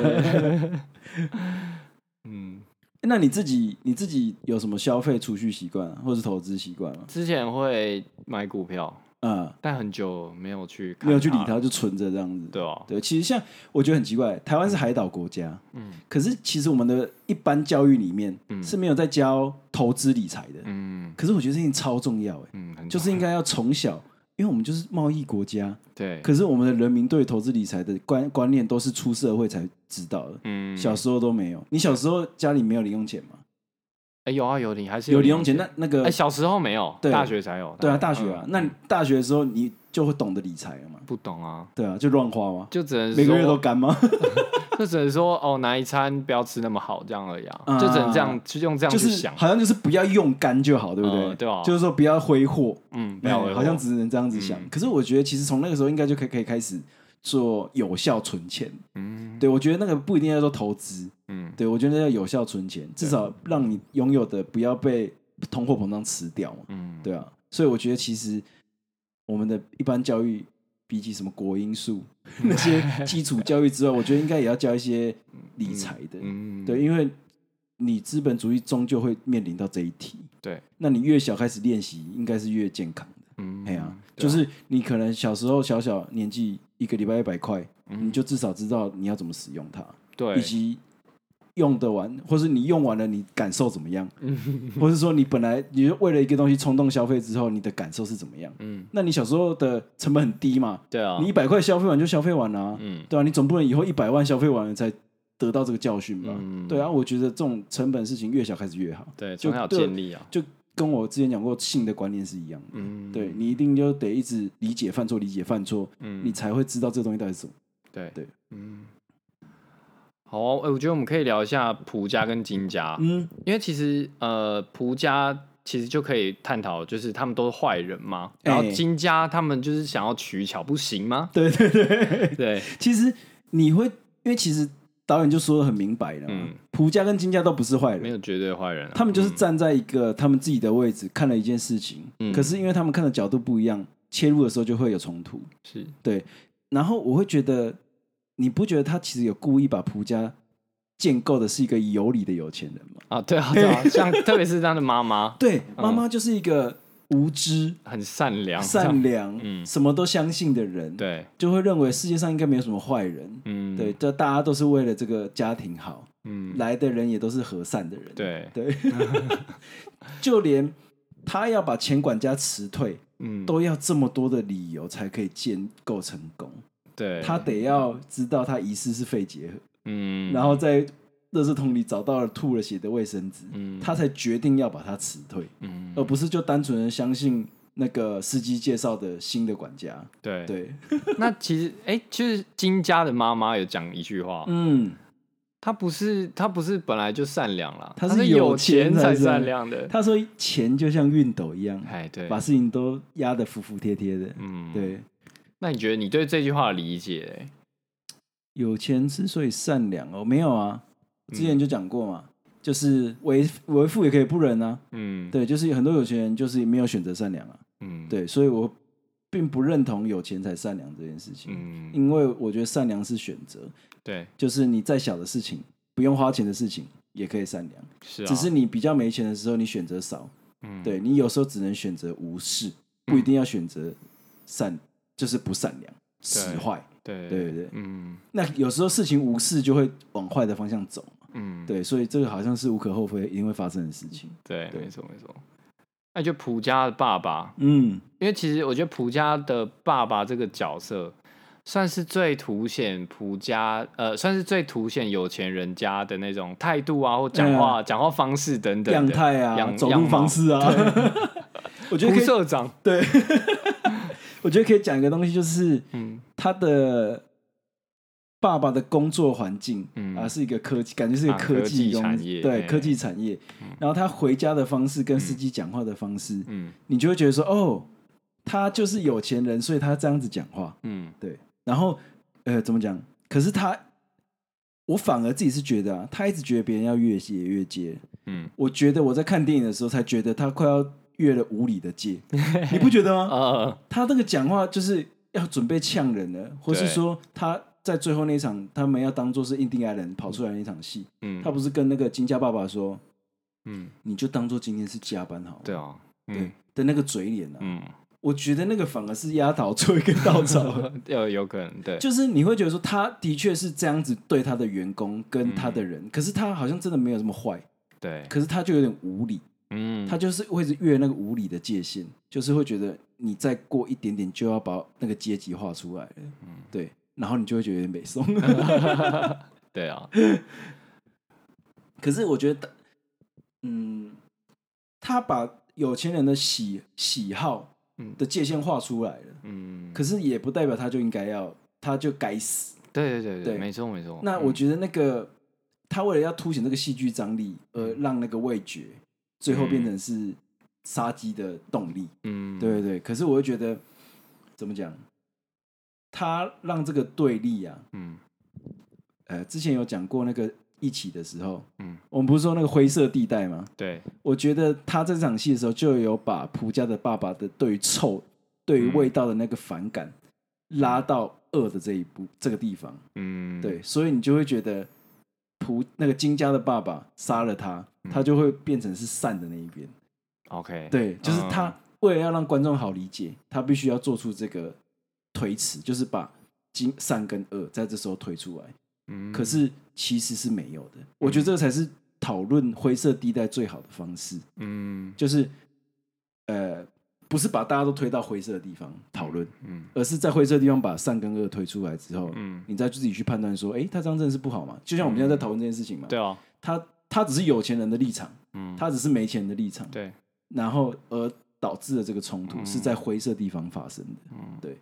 Speaker 1: 嗯，
Speaker 2: *laughs* 那你自己你自己有什么消费储蓄习惯、啊，或是投资习惯吗？
Speaker 1: 之前会买股票，
Speaker 2: 嗯，
Speaker 1: 但很久没有去看
Speaker 2: 没有去理
Speaker 1: 它了，
Speaker 2: 它，就存着这样子。
Speaker 1: 对啊，
Speaker 2: 对，其实像我觉得很奇怪，台湾是海岛国家，
Speaker 1: 嗯
Speaker 2: 嗯，可是其实我们的一般教育里面，
Speaker 1: 嗯
Speaker 2: 是没有在教投资理财的。
Speaker 1: 嗯
Speaker 2: 可是我觉得这件事情超重要，哎，
Speaker 1: 嗯，很
Speaker 2: 就是应该要从小，因为我们就是贸易国家，
Speaker 1: 对，
Speaker 2: 可是我们的人民对投资理财的观观念都是出社会才知道的，
Speaker 1: 嗯，
Speaker 2: 小时候都没有。你小时候家里没有零用钱吗？
Speaker 1: 哎、有啊有，你还是
Speaker 2: 有零
Speaker 1: 零
Speaker 2: 用钱，那那
Speaker 1: 哎、
Speaker 2: 个
Speaker 1: 小时候没有，
Speaker 2: 对
Speaker 1: 大学才有，
Speaker 2: 对啊，大学啊，
Speaker 1: 嗯
Speaker 2: 那你大学的时候你就会懂得理财了嘛？
Speaker 1: 不懂啊，
Speaker 2: 对啊，就乱花吗？
Speaker 1: 就只能
Speaker 2: 每个月都
Speaker 1: 说
Speaker 2: 干吗？
Speaker 1: 就只能说哦，哪一餐不要吃那么好这样而已啊，
Speaker 2: 啊
Speaker 1: 就只能这样，就用这样
Speaker 2: 就
Speaker 1: 去
Speaker 2: 是
Speaker 1: 想，
Speaker 2: 好像就是不要用干就好，对不对？
Speaker 1: 嗯对啊
Speaker 2: 就是说不要挥霍，
Speaker 1: 嗯，不
Speaker 2: 对
Speaker 1: 要为
Speaker 2: 好像
Speaker 1: 我
Speaker 2: 只能这样子想。
Speaker 1: 嗯
Speaker 2: 可是我觉得其实从那个时候应该就可以可以开始做有效存钱。
Speaker 1: 嗯
Speaker 2: 对我觉得那个不一定要做投资，
Speaker 1: 嗯
Speaker 2: 对我觉得要有效存钱，至少让你拥有的不要被通货膨胀吃掉嘛。
Speaker 1: 嗯，
Speaker 2: 对啊，所以我觉得其实我们的一般教育。比起什么国因素那些基础教育之外，我觉得应该也要教一些理财的。
Speaker 1: 嗯
Speaker 2: 对，因为你资本主义终究会面临到这一题。
Speaker 1: 对，
Speaker 2: 那你越小开始练习，应该是越健康的。
Speaker 1: 嗯，
Speaker 2: 哎呀、
Speaker 1: 对
Speaker 2: 就
Speaker 1: 啊
Speaker 2: 是你可能小时候小小年纪，一个礼拜一百块，你就至少知道你要怎么使用它，
Speaker 1: 嗯对
Speaker 2: 以及用得完，或是你用完了你感受怎么样，
Speaker 1: 嗯
Speaker 2: 或是说你本来你就为了一个东西冲动消费之后，你的感受是怎么样？
Speaker 1: 嗯，
Speaker 2: 那你小时候的成本很低嘛，
Speaker 1: 对啊，
Speaker 2: 你一百块消费完就消费完了、啊，
Speaker 1: 嗯
Speaker 2: 对啊，你总不能以后一百万消费完了才得到这个教训吧？
Speaker 1: 嗯
Speaker 2: 对啊，我觉得这种成本事情越小开始越好，
Speaker 1: 对，
Speaker 2: 就
Speaker 1: 从小
Speaker 2: 对
Speaker 1: 建立啊，
Speaker 2: 就跟我之前讲过性的观念是一样的。
Speaker 1: 嗯，
Speaker 2: 对你一定就得一直理解犯错，理解犯错，
Speaker 1: 嗯
Speaker 2: 你才会知道这东西到底是什么。
Speaker 1: 对
Speaker 2: 对，
Speaker 1: 嗯，好啊、哎我觉得我们可以聊一下蒲家跟金家，
Speaker 2: 嗯，
Speaker 1: 因为其实呃，蒲家其实就可以探讨，就是他们都是坏人嘛，然后
Speaker 2: 哎
Speaker 1: 金家他们就是想要取巧，不行吗？
Speaker 2: 对对对，
Speaker 1: 对，
Speaker 2: *laughs* 其实你会，因为其实导演就说的很明白了嘛
Speaker 1: 嗯，
Speaker 2: 蒲家跟金家都不是坏
Speaker 1: 没
Speaker 2: 人，
Speaker 1: 有绝对坏人、啊，
Speaker 2: 他们就是
Speaker 1: 嗯
Speaker 2: 站在一个他们自己的位置看了一件事情，
Speaker 1: 嗯
Speaker 2: 可是因为他们看的角度不一样，切入的时候就会有冲突。
Speaker 1: 是
Speaker 2: 然后我会觉得，你不觉得他其实有故意把蒲家建构的是一个有理的有钱人吗？
Speaker 1: 啊，对啊，对啊，像特别是他的妈妈
Speaker 2: 对，妈妈就是一个无知、
Speaker 1: 很善良，
Speaker 2: 善良、
Speaker 1: 嗯
Speaker 2: 什么都相信的人，
Speaker 1: 对，
Speaker 2: 就会认为世界上应该没有什么坏人。
Speaker 1: 嗯，
Speaker 2: 对，，这大家都是为了这个家庭好，
Speaker 1: 嗯，
Speaker 2: 来的人也都是和善的人。
Speaker 1: 对，
Speaker 2: 对，就连他要把前管家辞退，
Speaker 1: 嗯，
Speaker 2: 都要这么多的理由才可以建构成功。
Speaker 1: 对，
Speaker 2: 他得要知道他疑似是肺结核，
Speaker 1: 嗯，
Speaker 2: 然后在垃圾桶里找到了吐了血的卫生纸，
Speaker 1: 嗯，
Speaker 2: 他才决定要把他辞退，
Speaker 1: 嗯，
Speaker 2: 而不是就单纯的相信那个司机介绍的新的管家。
Speaker 1: 对，
Speaker 2: 对，
Speaker 1: 那其实，哎、其实金家的妈妈有讲一句话，
Speaker 2: 嗯，
Speaker 1: 她不是她不是本来就善良啦，
Speaker 2: 她
Speaker 1: 她
Speaker 2: 是
Speaker 1: 是
Speaker 2: 有
Speaker 1: 钱
Speaker 2: 钱才
Speaker 1: 才
Speaker 2: 善
Speaker 1: 善良的。
Speaker 2: 他说钱就像熨斗一样，
Speaker 1: 哎，对，
Speaker 2: 把事情都压得服服帖帖的。
Speaker 1: 嗯，。
Speaker 2: 对，
Speaker 1: 那你觉得你对这句话的理解、诶
Speaker 2: 有钱之所以善良哦，没有啊，之
Speaker 1: 嗯
Speaker 2: 前就讲过嘛，就是为为富也可以不仁啊。
Speaker 1: 嗯，，
Speaker 2: 对，就是很多有钱人就是没有选择善良啊。
Speaker 1: 嗯，，
Speaker 2: 对，所以我并不认同有钱才善良这件事情，
Speaker 1: 嗯，
Speaker 2: 因为我觉得善良是选择，
Speaker 1: 对，
Speaker 2: 就是你再小的事情，不用花钱的事情也可以善良，
Speaker 1: 是啊，
Speaker 2: 只是你比较没钱的时候，你选择少，
Speaker 1: 嗯，
Speaker 2: 对你有时候只能选择无视，不一定要选择善，就是不善良、使坏。
Speaker 1: 对
Speaker 2: 对对
Speaker 1: 嗯
Speaker 2: 那有时候事情无视就会往坏的方向走，
Speaker 1: 嗯，
Speaker 2: 对，所以这个好像是无可厚非一定会发生的事情。
Speaker 1: 对，
Speaker 2: 对
Speaker 1: 没错没错。那就蒲家的爸爸，
Speaker 2: 嗯，
Speaker 1: 因为其实我觉得蒲家的爸爸这个角色，算是最凸显蒲家，呃，算是最凸显有钱人家的那种态度啊，或讲话、讲话方式等等的
Speaker 2: 嗯样态啊，
Speaker 1: 样
Speaker 2: 走路方，式啊， *laughs* 我觉
Speaker 1: 样貌蒲
Speaker 2: 得可以
Speaker 1: 社长，
Speaker 2: *laughs* 我觉得可以讲一个东西，就是
Speaker 1: 嗯
Speaker 2: 他的爸爸的工作环境、
Speaker 1: 嗯
Speaker 2: 啊，是一个科技，感觉是一个
Speaker 1: 啊
Speaker 2: 科技公
Speaker 1: 科技产业
Speaker 2: 对
Speaker 1: 哎
Speaker 2: 科技产业。然后他回家的方式跟司机讲话的方式，
Speaker 1: 嗯
Speaker 2: 你就会觉得说，哦，他就是有钱人，所以他这样子讲话。
Speaker 1: 嗯
Speaker 2: 然后，呃，怎么讲？可是他，我反而自己是觉得啊，他一直觉得别人要越界越界。
Speaker 1: 嗯，
Speaker 2: 我觉得我在看电影的时候才觉得他快要越了无理的
Speaker 1: *laughs*
Speaker 2: 界，你不觉得吗？
Speaker 1: 呃，
Speaker 2: 他那个讲话就是要准备呛人了，或是
Speaker 1: 对
Speaker 2: 说他在最后那一场，他们要当做是印第安人跑出来那一场戏，
Speaker 1: 嗯，
Speaker 2: 他不是跟那个金家爸爸说，
Speaker 1: 嗯，
Speaker 2: 你就当做今天是加班好了，
Speaker 1: 对啊，
Speaker 2: 对
Speaker 1: 嗯
Speaker 2: 的那个嘴脸啊，
Speaker 1: 嗯，
Speaker 2: 我觉得那个反而是压倒最后一根
Speaker 1: *laughs*
Speaker 2: 稻草，
Speaker 1: 有有可能对，
Speaker 2: 就是你会觉得说他的确是这样子对他的员工跟他的
Speaker 1: 嗯
Speaker 2: 人，可是他好像真的没有这么坏，
Speaker 1: 对，
Speaker 2: 可是他就有点无理，
Speaker 1: 嗯，
Speaker 2: 他就是会一直越那个无理的界限，就是会觉得你再过一点点就要把那个阶级画出来了，
Speaker 1: 嗯
Speaker 2: 对，然后你就会觉得有点
Speaker 1: *laughs*
Speaker 2: 美松。
Speaker 1: 对啊，
Speaker 2: 可是我觉得，嗯，他把有钱人的喜喜好
Speaker 1: 嗯
Speaker 2: 的界限画出来了，
Speaker 1: 嗯，
Speaker 2: 可是也不代表他就应该要，他就该死。
Speaker 1: 对对对
Speaker 2: 对
Speaker 1: 对，没错没错。
Speaker 2: 那我觉得那个他为了要凸显这个戏剧张力，而
Speaker 1: 嗯
Speaker 2: 让那个味觉最后变成是杀鸡的动力。
Speaker 1: 嗯，
Speaker 2: 对对对，可是我会觉得怎么讲？他让这个对立啊，
Speaker 1: 嗯
Speaker 2: 呃，之前有讲过那个一起的时候，
Speaker 1: 嗯，
Speaker 2: 我们不是说那个灰色地带吗？
Speaker 1: 对，
Speaker 2: 我觉得他在这场戏的时候，就有把蒲家的爸爸的对于臭、对于
Speaker 1: 嗯
Speaker 2: 味道的那个反感拉到恶的这一步这个地方。
Speaker 1: 嗯，
Speaker 2: 对，所以你就会觉得蒲那个金家的爸爸杀了他，
Speaker 1: 嗯
Speaker 2: 他就会变成是善的那一边。
Speaker 1: ，OK，
Speaker 2: 对，就是
Speaker 1: 嗯
Speaker 2: 他为了要让观众好理解，他必须要做出这个推迟，就是把金善跟恶在这时候推出来，
Speaker 1: 嗯
Speaker 2: 可是其实是没有的。我觉得这个才是讨论灰色地带最好的方式，
Speaker 1: 嗯
Speaker 2: 就是呃，不是把大家都推到灰色的地方讨论，
Speaker 1: 嗯
Speaker 2: 而是在灰色地方把善跟恶推出来之后，
Speaker 1: 嗯，
Speaker 2: 你再自己去判断说，哎，他这样真的是不好吗？就像我们现在在讨论这件事情嘛，
Speaker 1: 对哦，
Speaker 2: 他他只是有钱人的立场，
Speaker 1: 嗯，
Speaker 2: 他只是没钱人的立场，
Speaker 1: 对，
Speaker 2: 然后而导致的这个冲突
Speaker 1: 嗯
Speaker 2: 是在灰色地方发生的。
Speaker 1: 嗯
Speaker 2: 对，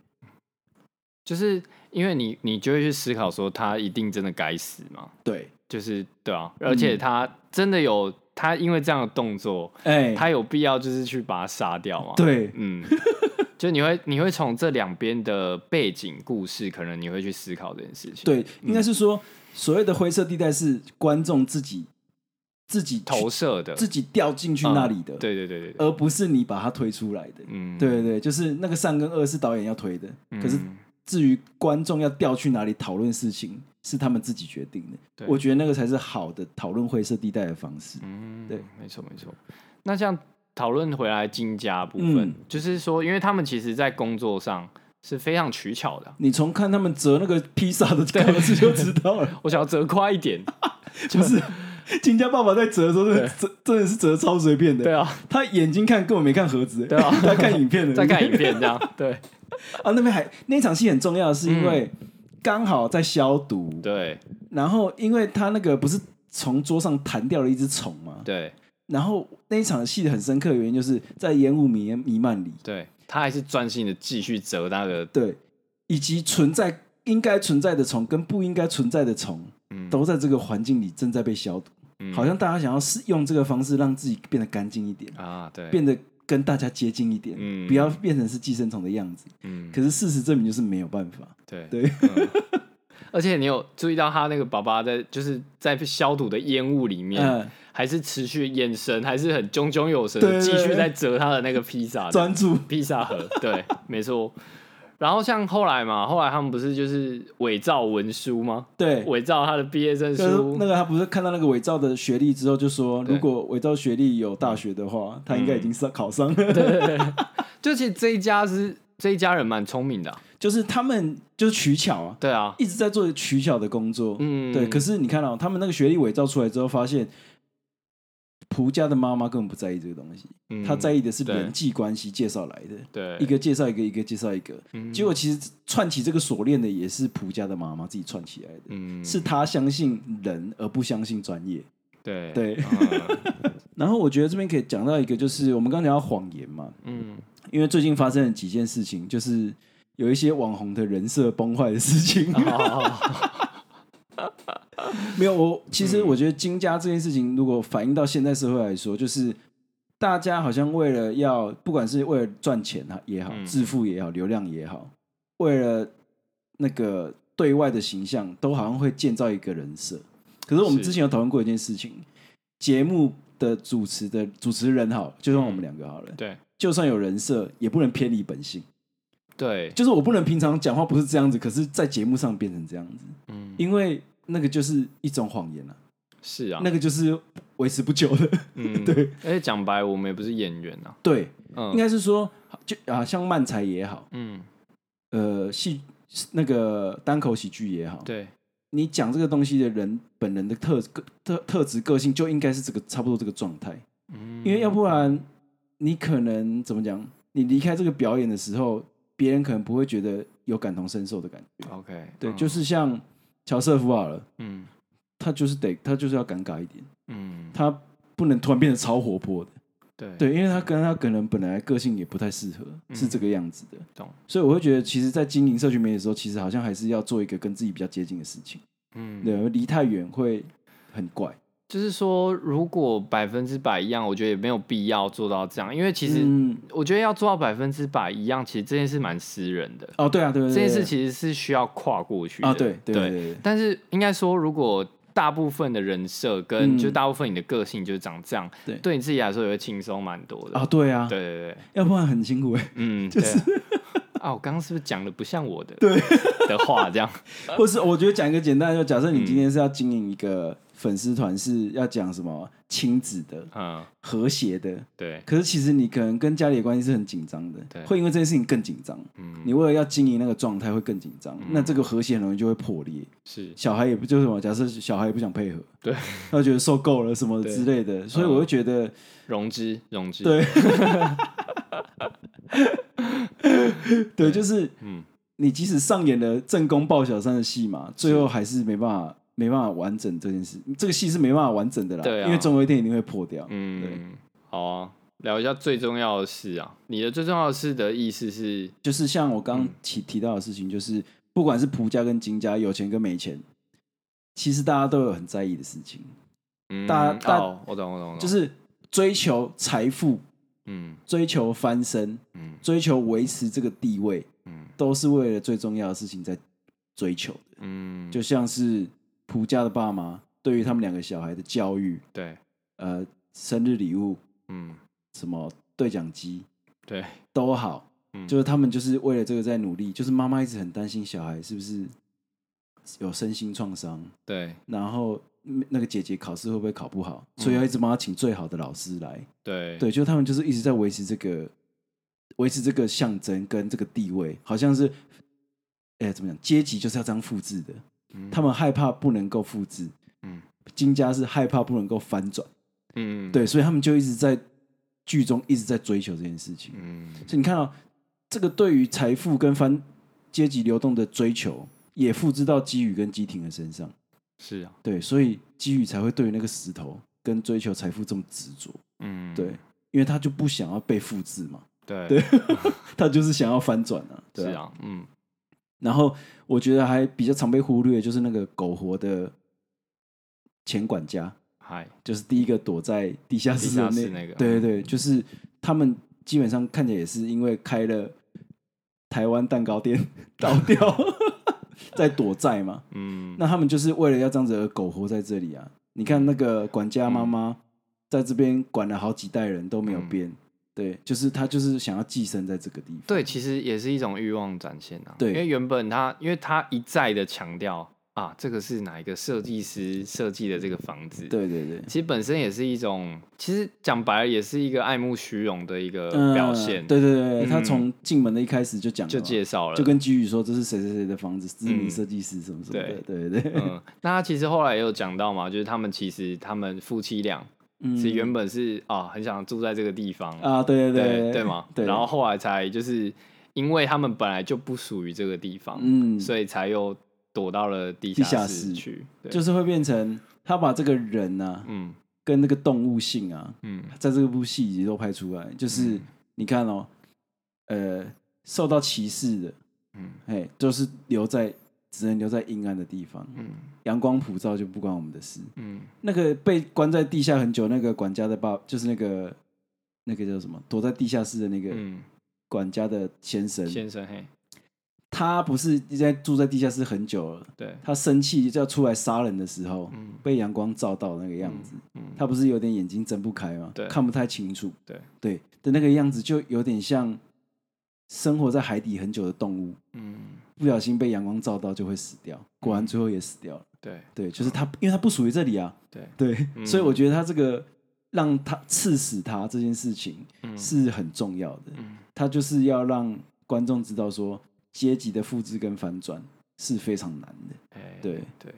Speaker 1: 就是因为你你就会去思考说他一定真的该死吗？
Speaker 2: 对，
Speaker 1: 就是对啊，而
Speaker 2: 嗯
Speaker 1: 且他真的有他因为这样的动作，
Speaker 2: 哎，
Speaker 1: 他有必要就是去把他杀掉吗？，
Speaker 2: 对，
Speaker 1: 嗯， *laughs* 就你会你会从这两边的背景故事，可能你会去思考这件事情。，
Speaker 2: 对，应该是说、所谓的灰色地带是观众自己自己去
Speaker 1: 投射的，
Speaker 2: 自己掉进去那里的，
Speaker 1: 嗯对对对对对，
Speaker 2: 而不是你把它推出来的。
Speaker 1: 嗯，
Speaker 2: 对对对，就是那个善跟恶是导演要推的，
Speaker 1: 嗯，
Speaker 2: 可是至于观众要调去哪里讨论事情，是他们自己决定的
Speaker 1: 对。
Speaker 2: 我觉得那个才是好的讨论灰色地带的方式。
Speaker 1: 嗯，
Speaker 2: 对，
Speaker 1: 没错没错。那像讨论回来金家部分，
Speaker 2: 嗯
Speaker 1: 就是说，因为他们其实在工作上是非常取巧的。啊
Speaker 2: 你从看他们折那个披萨的格子就知道了，
Speaker 1: 我想要折快一点，
Speaker 2: 就是 *laughs* 金家爸爸在折的时候真的，折真的是折得超随便的。
Speaker 1: 对
Speaker 2: *laughs*
Speaker 1: 啊，
Speaker 2: 他眼睛看根本没看盒子，
Speaker 1: 对啊
Speaker 2: *laughs* 他看影片的，
Speaker 1: 再看影片这样，对
Speaker 2: *laughs* 啊，那边还那场戏很重要，是因为刚好在消毒，
Speaker 1: *laughs* 嗯对
Speaker 2: 然后因为他那个不是从桌上弹掉了一只虫嘛，
Speaker 1: 对
Speaker 2: 然后那一场戏很深刻的原因就是在烟雾弥弥漫里，
Speaker 1: 对，他还是专心的继续折那个，
Speaker 2: 对，以及存在应该存在的虫跟不应该存在的虫
Speaker 1: 嗯，
Speaker 2: 都在这个环境里正在被消毒，
Speaker 1: 嗯
Speaker 2: 好像大家想要是用这个方式让自己变得干净一点，
Speaker 1: 啊，对，
Speaker 2: 变得跟大家接近一点，
Speaker 1: 嗯
Speaker 2: 不要变成是寄生虫的样子。
Speaker 1: 嗯，
Speaker 2: 可是事实证明就是没有办法，
Speaker 1: 对
Speaker 2: 对
Speaker 1: 嗯
Speaker 2: *laughs*
Speaker 1: 而且你有注意到他那个爸爸在就是在消毒的烟雾里面，
Speaker 2: 嗯，
Speaker 1: 还是持续眼神还是很炯炯有神
Speaker 2: 对
Speaker 1: 的，
Speaker 2: 对
Speaker 1: 继
Speaker 2: 对
Speaker 1: 续在折他的那个披萨的
Speaker 2: 专注，
Speaker 1: 披萨盒，对，没错。然后像后来嘛，后来他们不是就是伪造文书吗？
Speaker 2: 对，
Speaker 1: 伪造他的毕业证
Speaker 2: 就是
Speaker 1: 书
Speaker 2: 那，个他不是看到那个伪造的学历之后，就说
Speaker 1: 对嗯
Speaker 2: 如果伪造学历有大学的话，他应该已经上考上了。
Speaker 1: 就其实这一家是这一家人蛮聪明的啊、
Speaker 2: *laughs* 就是他们就是取巧啊，
Speaker 1: 对啊，
Speaker 2: 一直在做取巧的工作。
Speaker 1: 嗯，
Speaker 2: 对，可是你看哦到、他们那个学历伪造出来之后，发现蒲家的妈妈根本不在意这个东西，
Speaker 1: 嗯
Speaker 2: 她在意的是
Speaker 1: 对
Speaker 2: 人际关系介绍来的，
Speaker 1: 对
Speaker 2: 一个介绍一个，一个介绍一个。结果其实串起这个锁链的也是蒲家的妈妈自己串起来的，
Speaker 1: 嗯
Speaker 2: 是她相信人而不相信专业。
Speaker 1: 对
Speaker 2: 对
Speaker 1: 嗯
Speaker 2: 然后我觉得这边可以讲到一个，就是我们刚刚讲到谎言嘛，
Speaker 1: 嗯
Speaker 2: 因为最近发生了几件事情，就是有一些网红的人设崩坏的事情。
Speaker 1: 哦
Speaker 2: 没有，我其实我觉得金家这件事情，如果反映到现代社会来说，就是大家好像为了要，不管是为了赚钱啊也好
Speaker 1: 嗯，
Speaker 2: 致富也好，流量也好，为了那个对外的形象，都好像会建造一个人设。可是我们
Speaker 1: 是
Speaker 2: 之前有讨论过一件事情，节目的主持的主持人好，就算我们
Speaker 1: 嗯
Speaker 2: 两个好了，
Speaker 1: 对
Speaker 2: 就算有人设，也不能偏离本性。
Speaker 1: 对，
Speaker 2: 就是我不能平常讲话不是这样子，可是在节目上变成这样子，
Speaker 1: 嗯
Speaker 2: 因为那个就是一种谎言啊，
Speaker 1: 是啊，
Speaker 2: 那个就是维持不久的。
Speaker 1: *laughs* 嗯
Speaker 2: 对。
Speaker 1: 而且讲白，我们也不是演员啊，
Speaker 2: 对，应
Speaker 1: 嗯
Speaker 2: 该是说，就啊，像漫才也好，
Speaker 1: 嗯
Speaker 2: 呃，戏那个单口喜剧也好，
Speaker 1: 对
Speaker 2: 你讲这个东西的人本人的特个特特质个性就应该是这个差不多这个状态，
Speaker 1: 嗯，
Speaker 2: 因为要不然你可能怎么讲，你离开这个表演的时候，别人可能不会觉得有感同身受的感觉。
Speaker 1: OK
Speaker 2: 对，
Speaker 1: 嗯
Speaker 2: 就是像乔瑟夫好了。
Speaker 1: 嗯
Speaker 2: 他就是得他就是要尴尬一点，
Speaker 1: 嗯
Speaker 2: 他不能突然变得超活泼的，
Speaker 1: 对
Speaker 2: 对，因为他跟他可能本来个性也不太适合，
Speaker 1: 嗯
Speaker 2: 是这个样子的，
Speaker 1: 懂
Speaker 2: 所以我会觉得，其实，在经营社群媒体的时候，其实好像还是要做一个跟自己比较接近的事情，
Speaker 1: 嗯
Speaker 2: 对，啊离太远会很怪。
Speaker 1: 就是说，如果百分之百一样，我觉得也没有必要做到这样，因为其实
Speaker 2: 嗯，
Speaker 1: 我觉得要做到百分之百一样，其实这件事蛮私人的，
Speaker 2: 哦，对啊，对对
Speaker 1: 这
Speaker 2: 对，
Speaker 1: 件事
Speaker 2: 对
Speaker 1: 其实是需要跨过去的
Speaker 2: 啊，对对对
Speaker 1: 对。
Speaker 2: 对，对
Speaker 1: 但是应该说，如果大部分的人设跟
Speaker 2: 嗯
Speaker 1: 就大部分你的个性就是长这样，
Speaker 2: 对
Speaker 1: 你自己来说也会轻松蛮多的。
Speaker 2: 啊，对啊，
Speaker 1: 对对对，
Speaker 2: 要不然很辛苦哎， *laughs*
Speaker 1: 嗯，就是啊，我刚刚是不是讲的不像我的对的话这样？啊嗯
Speaker 2: 或是我觉得讲一个简单的，就假设你今天是要经营一个粉丝团是要讲什么亲子的、
Speaker 1: 嗯，
Speaker 2: 和谐的，
Speaker 1: 对，
Speaker 2: 可是其实你可能跟家里的关系是很紧张
Speaker 1: 对
Speaker 2: 的，会因为这件事情更紧张。
Speaker 1: 嗯，
Speaker 2: 你为了要经营那个状态会更紧张，那这个和谐很容易就会破裂。
Speaker 1: 是
Speaker 2: 小孩也不就是什么，假设小孩也不想配合，
Speaker 1: 对，嗯
Speaker 2: *laughs* 他觉得受够了什么之类的，所以我会觉得，
Speaker 1: 融资融资，
Speaker 2: 对对，就是
Speaker 1: 嗯，
Speaker 2: 你即使上演了正宫抱小三的戏嘛，最后还是没办法没办法完整这件事，这个戏是没办法完整的啦，
Speaker 1: 对啊
Speaker 2: 因为总有一天一定会破掉。
Speaker 1: 嗯，好啊，聊一下最重要的事啊。你的最重要的事的意思是，
Speaker 2: 就是像我
Speaker 1: 嗯
Speaker 2: 刚刚提提到的事情，就是不管是蒲家跟金家，有钱跟没钱，其实大家都有很在意的事情，
Speaker 1: 嗯，
Speaker 2: 大大
Speaker 1: 哦，我懂，我懂，我懂
Speaker 2: 就是追求财富、
Speaker 1: 嗯
Speaker 2: 追求翻身、
Speaker 1: 嗯
Speaker 2: 追求维持这个地位，
Speaker 1: 嗯
Speaker 2: 都是为了最重要的事情在追求的。
Speaker 1: 嗯，
Speaker 2: 就像是蒲家的爸妈对于他们两个小孩的教育，
Speaker 1: 对，
Speaker 2: 呃，生日礼物、
Speaker 1: 嗯
Speaker 2: 什么对讲机
Speaker 1: 对，
Speaker 2: 都好，
Speaker 1: 嗯
Speaker 2: 就是他们就是为了这个在努力。就是妈妈一直很担心小孩是不是有身心创伤，
Speaker 1: 对
Speaker 2: 然后嗯那个姐姐考试会不会考不好，所以要一直帮她请最好的老师来。
Speaker 1: 嗯对
Speaker 2: 对，就他们就是一直在维持这个维持这个象征跟这个地位，好像是。哎，怎么讲？阶级就是要这样复制的。
Speaker 1: 嗯
Speaker 2: 他们害怕不能够复制，
Speaker 1: 嗯
Speaker 2: 金家是害怕不能够翻转，
Speaker 1: 嗯，
Speaker 2: 对，所以他们就一直在剧中一直在追求这件事情。
Speaker 1: 嗯
Speaker 2: 所以你看到、这个对于财富跟翻阶级流动的追求，也复制到基宇跟基廷的身上。
Speaker 1: 是啊，
Speaker 2: 对，所以基宇才会对于那个石头跟追求财富这么执着。
Speaker 1: 嗯
Speaker 2: 对，因为他就不想要被复制嘛，
Speaker 1: 对
Speaker 2: 对 *laughs* 他就是想要翻转啊。
Speaker 1: 是
Speaker 2: 对啊。
Speaker 1: 啊，嗯
Speaker 2: 然后我觉得还比较常被忽略，就是那个苟活的前管家。
Speaker 1: 嗨
Speaker 2: 就是第一个躲在地下室的
Speaker 1: 地下室那个嗯
Speaker 2: 对对对，就是他们基本上看起来也是因为开了台湾蛋糕店 *laughs* 倒
Speaker 1: *laughs*
Speaker 2: 掉，在躲债嘛。
Speaker 1: 嗯
Speaker 2: 那他们就是为了要这样子而苟活在这里啊。你看那个管家妈
Speaker 1: 嗯
Speaker 2: 妈在这边管了好几代人都没有变，对，就是他就是想要寄生在这个地方。
Speaker 1: 对，其实也是一种欲望展现啊。
Speaker 2: 对
Speaker 1: 因为原本他，因为他一再的强调啊，这个是哪一个设计师设计的这个房子，，
Speaker 2: 对对对，
Speaker 1: 其实本身也是一种，其实讲白了也是一个爱慕虚荣的一个呃表现，
Speaker 2: 嗯对对对，
Speaker 1: 嗯
Speaker 2: 他从进门的一开始就讲了嘛
Speaker 1: 就介绍了，
Speaker 2: 就跟基宇说这是谁谁谁的房子，知名
Speaker 1: 嗯
Speaker 2: 设计师什么什么的，对对对。
Speaker 1: 嗯，那他其实后来也有讲到嘛，就是他们其实他们夫妻俩
Speaker 2: *laughs* 嗯
Speaker 1: 是原本是啊很想住在这个地方，
Speaker 2: 啊，对对
Speaker 1: 对
Speaker 2: 对
Speaker 1: 对嘛，
Speaker 2: 对，
Speaker 1: 然后后来才就是因为他们本来就不属于这个地方，
Speaker 2: 嗯，
Speaker 1: 所以才又躲到了地
Speaker 2: 地下
Speaker 1: 室
Speaker 2: 室
Speaker 1: 去，对
Speaker 2: 就是会变成他把这个人啊，
Speaker 1: 嗯
Speaker 2: 跟那个动物性啊，
Speaker 1: 嗯
Speaker 2: 在这部戏里都拍出来，就是你看哦，呃，受到歧视的，
Speaker 1: 嗯
Speaker 2: 哎，就是留在只能留在阴暗的地方，
Speaker 1: 嗯
Speaker 2: 阳光普照就不关我们的事。
Speaker 1: 嗯
Speaker 2: 那个被关在地下很久那个管家的爸，就是那个那个叫什么，躲在地下室的那个
Speaker 1: 嗯，
Speaker 2: 管家的先生，
Speaker 1: 先生嘿，
Speaker 2: 他不是一直在住在地下室很久了。
Speaker 1: 对，
Speaker 2: 他生气就要出来杀人的时候，
Speaker 1: 嗯
Speaker 2: 被阳光照到那个样子，
Speaker 1: 嗯
Speaker 2: 他不是有点眼睛睁不开吗
Speaker 1: 对？
Speaker 2: 看不太清楚。
Speaker 1: 对
Speaker 2: 对的那个样子，就有点像生活在海底很久的动物，
Speaker 1: 嗯
Speaker 2: 不小心被阳光照到就会死掉。果然最后也死掉了。
Speaker 1: 对
Speaker 2: 对，就是他，因为他不属于这里啊。
Speaker 1: 对
Speaker 2: 对，
Speaker 1: 嗯
Speaker 2: 所以我觉得他这个让他刺死他这件事情
Speaker 1: 嗯
Speaker 2: 是很重要的。
Speaker 1: 嗯
Speaker 2: 他就是要让观众知道说，阶级的复制跟反转是非常难的。
Speaker 1: 哎
Speaker 2: 对
Speaker 1: 对，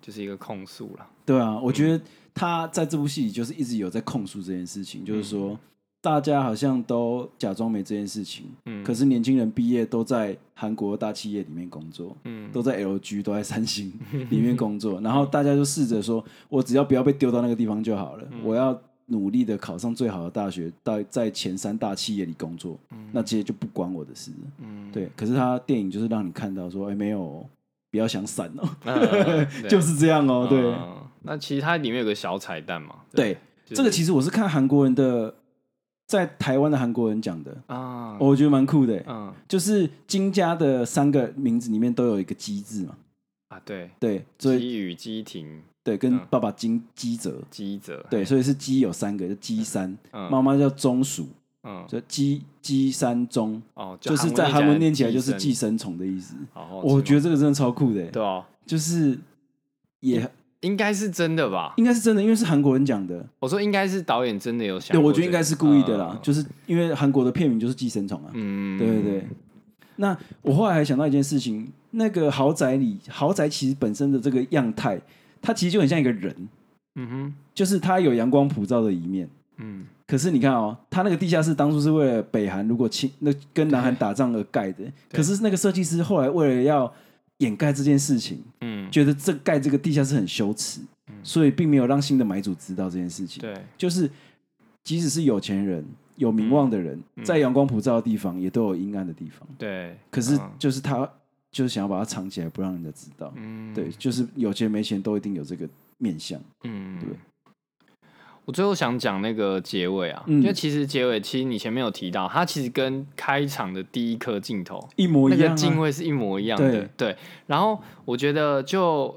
Speaker 1: 就是一个控诉啦，
Speaker 2: 对啊，我
Speaker 1: 嗯
Speaker 2: 觉得他在这部戏里就是一直有在控诉这件事情，就是说大家好像都假装没这件事情，
Speaker 1: 嗯
Speaker 2: 可是年轻人毕业都在韩国大企业里面工作，
Speaker 1: 嗯
Speaker 2: 都在 LG 都在
Speaker 1: *laughs*
Speaker 2: 三星里面工作，然后大家就试着说，我只要不要被丢到那个地方就好
Speaker 1: 嗯
Speaker 2: 了，我要。努力的考上最好的大学，到在前三大企业里工作，那这些就不关我的事了。
Speaker 1: 嗯
Speaker 2: 对，可是他电影就是让你看到说，哎、没有哦，不要想闪哦， *laughs*
Speaker 1: 嗯
Speaker 2: 就是这样哦。对，
Speaker 1: 嗯那其实它里面有个小彩蛋嘛，
Speaker 2: 对，这个其实我是看韩国人的，在台湾的韩国人讲的，
Speaker 1: 啊，
Speaker 2: 我觉得蛮酷的欸。
Speaker 1: 嗯
Speaker 2: 就是金家的三个名字里面都有一个“鸡”字嘛，
Speaker 1: 啊，对，
Speaker 2: 对，所以
Speaker 1: 基宇、基廷、
Speaker 2: 对，跟
Speaker 1: 嗯
Speaker 2: 爸爸金鸡泽，
Speaker 1: 基泽，
Speaker 2: 对，所以是鸡有三个，就鸡三，
Speaker 1: 嗯
Speaker 2: 妈妈叫钟鼠，
Speaker 1: 嗯，
Speaker 2: 就鸡鸡三钟，
Speaker 1: 哦，
Speaker 2: 就是在韩文念起来就是
Speaker 1: 寄
Speaker 2: 寄
Speaker 1: 生，哦
Speaker 2: 生虫的意思。
Speaker 1: 好好吃
Speaker 2: 我觉
Speaker 1: 吗
Speaker 2: 得这个真的超酷的欸，
Speaker 1: 对哦，
Speaker 2: 就是也
Speaker 1: 哦应该是真的吧？
Speaker 2: 应该是真的，因为是韩国人讲的。
Speaker 1: 我说应该是导演真的有想
Speaker 2: 对，
Speaker 1: 过这个，
Speaker 2: 我觉得应该是故意的啦，
Speaker 1: 嗯
Speaker 2: 就是因为韩国的片名就是《寄生虫》啊。
Speaker 1: 嗯，
Speaker 2: 对对对。那我后来还想到一件事情，那个豪宅里，豪宅其实本身的这个样态，它其实就很像一个人，
Speaker 1: 嗯哼，
Speaker 2: 就是它有阳光普照的一面。
Speaker 1: 嗯，
Speaker 2: 可是你看哦，它那个地下室当初是为了北韩如果侵那跟南韩打仗而盖的，
Speaker 1: 对
Speaker 2: 可是那个设计师后来为了要掩盖这件事情，
Speaker 1: 嗯，
Speaker 2: 觉得这盖这个地下室很羞耻，所以并没有让新的买主知道这件事情。
Speaker 1: 对，
Speaker 2: 就是即使是有钱人、有名望的人，
Speaker 1: 嗯
Speaker 2: 在阳光普照的地方，也都有阴暗的地方。
Speaker 1: 对，
Speaker 2: 可是
Speaker 1: 嗯
Speaker 2: 就是他就是想要把它藏起来，不让人家知道。
Speaker 1: 嗯，
Speaker 2: 对，就是有钱没钱都一定有这个面相。
Speaker 1: 嗯，
Speaker 2: 对。
Speaker 1: 我最后想讲那个结尾啊，
Speaker 2: 嗯
Speaker 1: 因为其实结尾其实你前面有提到，它其实跟开场的第一颗镜头
Speaker 2: 一模
Speaker 1: 那
Speaker 2: 一样、
Speaker 1: 个
Speaker 2: 啊，
Speaker 1: 敬畏是一模一样的。
Speaker 2: 对
Speaker 1: 对，然后我觉得就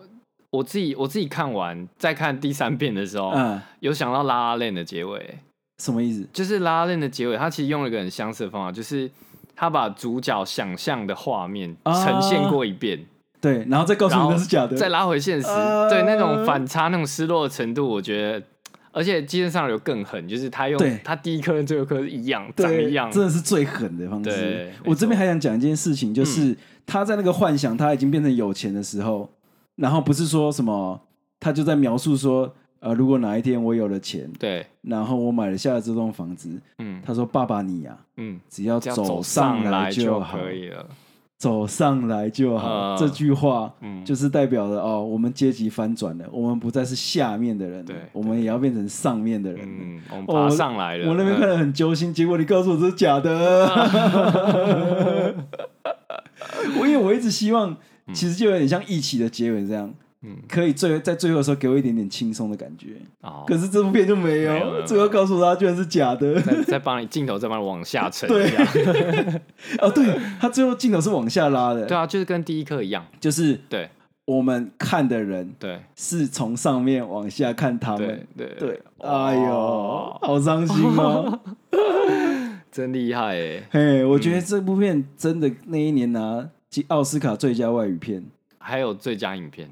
Speaker 1: 我自己我自己看完再看第三遍的时候，
Speaker 2: 啊，
Speaker 1: 有想到拉拉链的结尾，
Speaker 2: 什么意思？
Speaker 1: 就是拉拉链的结尾，它其实用了一个很相似的方法，就是他把主角想象的画面
Speaker 2: 啊
Speaker 1: 呈现过一遍，
Speaker 2: 对，然后再告诉
Speaker 1: 然
Speaker 2: 哦你
Speaker 1: 后
Speaker 2: 那是假的，
Speaker 1: 再拉回现实，
Speaker 2: 啊
Speaker 1: 对那种反差、那种失落的程度，我觉得。而且机身上流更狠，就是他用
Speaker 2: 对
Speaker 1: 他第一颗跟最后一颗一样，长
Speaker 2: 对
Speaker 1: 一样，
Speaker 2: 真的是最狠的方
Speaker 1: 对
Speaker 2: 式。
Speaker 1: 没
Speaker 2: 我这边
Speaker 1: 错嗯
Speaker 2: 还想讲一件事情，就是、他在那个幻想他已经变成有钱的时候，然后不是说什么，他就在描述说，呃，如果哪一天我有了钱，
Speaker 1: 对，
Speaker 2: 然后我买了下了这栋房子，
Speaker 1: 嗯
Speaker 2: 他说：“爸爸你呀、
Speaker 1: 嗯，
Speaker 2: 只要
Speaker 1: 只要走
Speaker 2: 走
Speaker 1: 上
Speaker 2: 来
Speaker 1: 来
Speaker 2: 就好，
Speaker 1: 可以了，
Speaker 2: 走上来就好。
Speaker 1: 嗯
Speaker 2: 这句话
Speaker 1: 嗯，
Speaker 2: 就是代表了哦，我们阶级翻转了，我们不再是下面的人了
Speaker 1: 对
Speaker 2: 我们也要变成上面的人了。
Speaker 1: 嗯，我们
Speaker 2: 哦
Speaker 1: 爬上来了。
Speaker 2: 我那边看
Speaker 1: 嗯
Speaker 2: 得很揪心，结果你告诉我这是假
Speaker 1: 啊
Speaker 2: 的。 *laughs* 我因为我一直希望，其实就有点像一起的结尾这样，
Speaker 1: 嗯
Speaker 2: 可以最在最后的时候给我一点点轻松的感觉。
Speaker 1: 哦，
Speaker 2: 可是这部片就没
Speaker 1: 没有没有没
Speaker 2: 有，
Speaker 1: 有
Speaker 2: 最后告诉他居然是假的。
Speaker 1: 再再帮你镜头再帮你往下沉，
Speaker 2: 对
Speaker 1: 这样 *laughs*
Speaker 2: 哦，对，他最后镜头是往下拉的，
Speaker 1: 对啊，就是跟第一课一样，
Speaker 2: 就是
Speaker 1: 对
Speaker 2: 我们看的人
Speaker 1: 对
Speaker 2: 是从上面往下看他
Speaker 1: 对
Speaker 2: 们。
Speaker 1: 对
Speaker 2: 对，
Speaker 1: 哦
Speaker 2: 哎呦，好伤心
Speaker 1: *laughs*
Speaker 2: 哦！
Speaker 1: 真厉害哎，
Speaker 2: 嘿，我觉得这部片真的那一年拿金奥斯卡最佳外语片，
Speaker 1: 还有最佳影片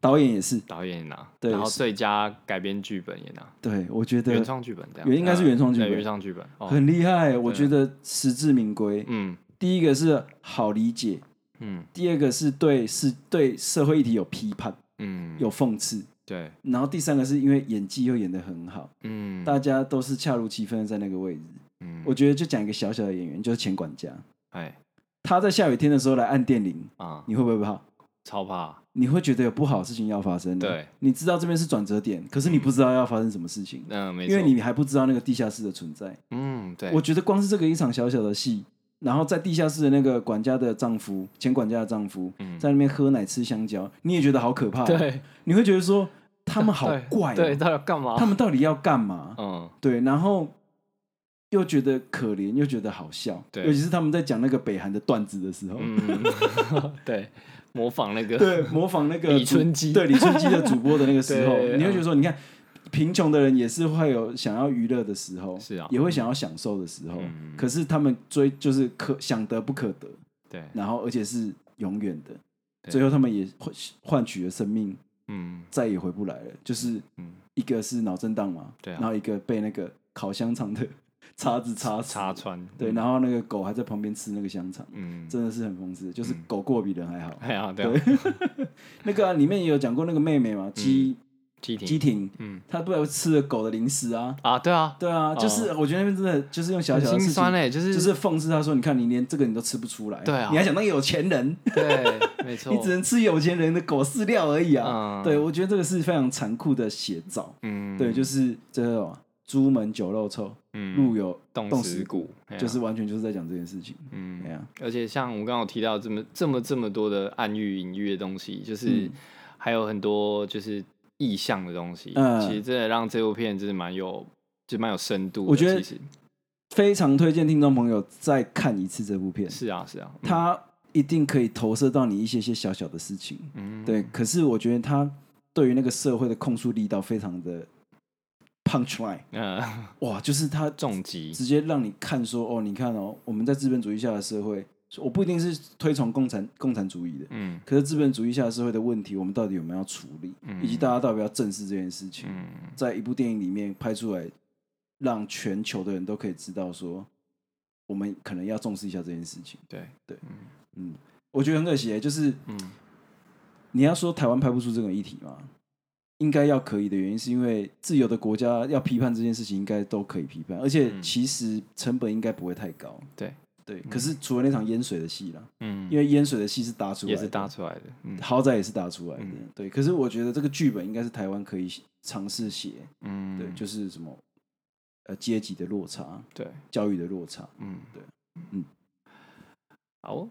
Speaker 2: 导演也是。
Speaker 1: 导演也拿，
Speaker 2: 对
Speaker 1: 然后
Speaker 2: 是
Speaker 1: 最佳改编剧本也拿，
Speaker 2: 对，我觉得
Speaker 1: 原创剧本这样，
Speaker 2: 原应该是原创剧本
Speaker 1: 对原创剧本，哦，
Speaker 2: 很厉害。我觉得实至名归。
Speaker 1: 嗯
Speaker 2: 第一个是好理解，
Speaker 1: 嗯
Speaker 2: 第二个是对是对社会议题有批判、
Speaker 1: 嗯，
Speaker 2: 有讽刺，
Speaker 1: 对，
Speaker 2: 然后第三个是因为演技又演得很好，
Speaker 1: 嗯，
Speaker 2: 大家都是恰如其分的在那个位置。
Speaker 1: 嗯
Speaker 2: 我觉得就讲一个小小的演员，就是钱管家，
Speaker 1: 哎
Speaker 2: 他在下雨天的时候来按电铃，
Speaker 1: 啊，
Speaker 2: 你会不会怕？
Speaker 1: 超怕，
Speaker 2: 你会觉得有不好的事情要发生。啊
Speaker 1: 对，
Speaker 2: 你知道这边是转折点，可是你不知道要发生什么事情，
Speaker 1: 嗯，没错，
Speaker 2: 因为你还不知道那个地下室的存在。
Speaker 1: 嗯对，
Speaker 2: 我觉得光是这个一场小小的戏，然后在地下室的那个管家的丈夫，前管家的丈夫，
Speaker 1: 嗯
Speaker 2: 在那边喝奶吃香蕉，你也觉得好可怕。，
Speaker 1: 对
Speaker 2: 你会觉得说他们好
Speaker 1: 对
Speaker 2: 怪哦、
Speaker 1: 对，到底要干嘛？
Speaker 2: 他们到底要干嘛？
Speaker 1: 嗯
Speaker 2: 对，然后又觉得可怜，又觉得好笑。
Speaker 1: 对
Speaker 2: 尤其是他们在讲那个北韩的段子的时候，
Speaker 1: 嗯， *laughs* 对，模仿 *laughs* 那个，
Speaker 2: 对，模仿那个
Speaker 1: 李
Speaker 2: 主
Speaker 1: 春基
Speaker 2: 对李春基的主播的那个时候，
Speaker 1: *laughs* 对嗯
Speaker 2: 你会觉得说，你看贫穷的人也是会有想要娱乐的时候，
Speaker 1: 是啊
Speaker 2: 也会想要享受的时候，
Speaker 1: 嗯
Speaker 2: 可是他们追就是可想得不可得，
Speaker 1: 对，
Speaker 2: 然后而且是永远的，
Speaker 1: 对
Speaker 2: 最后他们也换换取了生命，
Speaker 1: 嗯
Speaker 2: 再也回不来了，就是
Speaker 1: 嗯，
Speaker 2: 一个是脑震荡嘛，
Speaker 1: 对啊
Speaker 2: 然后一个被那个烤香肠的 *laughs* 叉子插死
Speaker 1: 插，穿，
Speaker 2: 对，然后那个狗还在旁边吃那个香肠，
Speaker 1: 嗯，
Speaker 2: 真的是很讽刺，就是
Speaker 1: 嗯
Speaker 2: 狗过比人还好。
Speaker 1: 哎呀，对啊，
Speaker 2: 那个啊、里面也有讲过那个妹妹
Speaker 1: 嗯
Speaker 2: 嘛，姬
Speaker 1: 机体，
Speaker 2: 姬婷，
Speaker 1: 嗯
Speaker 2: 她不然吃了狗的零食啊，
Speaker 1: 啊，对啊，
Speaker 2: 对啊，就是我觉得那边真的就是用小
Speaker 1: 很
Speaker 2: 小的
Speaker 1: 心
Speaker 2: 事
Speaker 1: 酸
Speaker 2: 情，
Speaker 1: 嘞，就是
Speaker 2: 就是讽刺她说，你看你连这个你都吃不出来，
Speaker 1: 对啊
Speaker 2: 你还想当有钱人，
Speaker 1: 对，没
Speaker 2: *laughs*
Speaker 1: 错，
Speaker 2: 你只能吃有钱人的狗饲料而已啊
Speaker 1: 嗯。
Speaker 2: 对，我觉得这个是非常残酷的写照。
Speaker 1: 嗯，
Speaker 2: 对，就是这种朱门酒肉臭，
Speaker 1: 嗯
Speaker 2: 路有
Speaker 1: 动
Speaker 2: 冻
Speaker 1: 死
Speaker 2: 死骨，
Speaker 1: 骨，哎呀
Speaker 2: 就是完全就是在讲这件事情。
Speaker 1: 嗯
Speaker 2: 哎。呀，
Speaker 1: 而且像我刚刚有提到这么这么这么多的暗喻、隐喻的东西，就是
Speaker 2: 嗯
Speaker 1: 还有很多就是意象的东西，
Speaker 2: 嗯
Speaker 1: 其实真的让这部片真的蛮有，就蛮有深度的。
Speaker 2: 我觉得
Speaker 1: 其实
Speaker 2: 非常推荐听众朋友再看一次这部片，
Speaker 1: 是啊，是啊，嗯
Speaker 2: 它一定可以投射到你一些些小小的事情。
Speaker 1: 嗯，
Speaker 2: 对，可是我觉得他对于那个社会的控诉力道非常的 punch line，
Speaker 1: 呃，
Speaker 2: 哇，就是他
Speaker 1: 重疾，
Speaker 2: 直接让你看说，哦，你看哦，我们在资本主义下的社会，我不一定是推崇共产共产主义的，
Speaker 1: 嗯
Speaker 2: 可是资本主义下社会的问题，我们到底有没有要处理，以及大家到底要正视这件事情，
Speaker 1: 嗯
Speaker 2: 在一部电影里面拍出来，让全球的人都可以知道说，我们可能要重视一下这件事情。
Speaker 1: 对
Speaker 2: 对
Speaker 1: 嗯
Speaker 2: 嗯，我觉得很可惜欸、就是
Speaker 1: 嗯
Speaker 2: 你要说台湾拍不出这种议题吗？应该要可以的原因，是因为自由的国家要批判这件事情，应该都可以批判，而且
Speaker 1: 嗯
Speaker 2: 其实成本应该不会太高。
Speaker 1: 对
Speaker 2: 对，可是除了那场淹水的戏啦，
Speaker 1: 嗯，
Speaker 2: 因为淹水的戏是搭出来
Speaker 1: 也
Speaker 2: 的，
Speaker 1: 是搭出来的，嗯
Speaker 2: 好歹也是搭出来的。
Speaker 1: 嗯
Speaker 2: 对，可是我觉得这个剧本应该是台湾可以尝试写，
Speaker 1: 嗯，
Speaker 2: 对，就是什么呃阶级的落差、
Speaker 1: 对，
Speaker 2: 教育的落差，
Speaker 1: 嗯
Speaker 2: 对，
Speaker 1: 嗯
Speaker 2: 嗯，
Speaker 1: 好哦、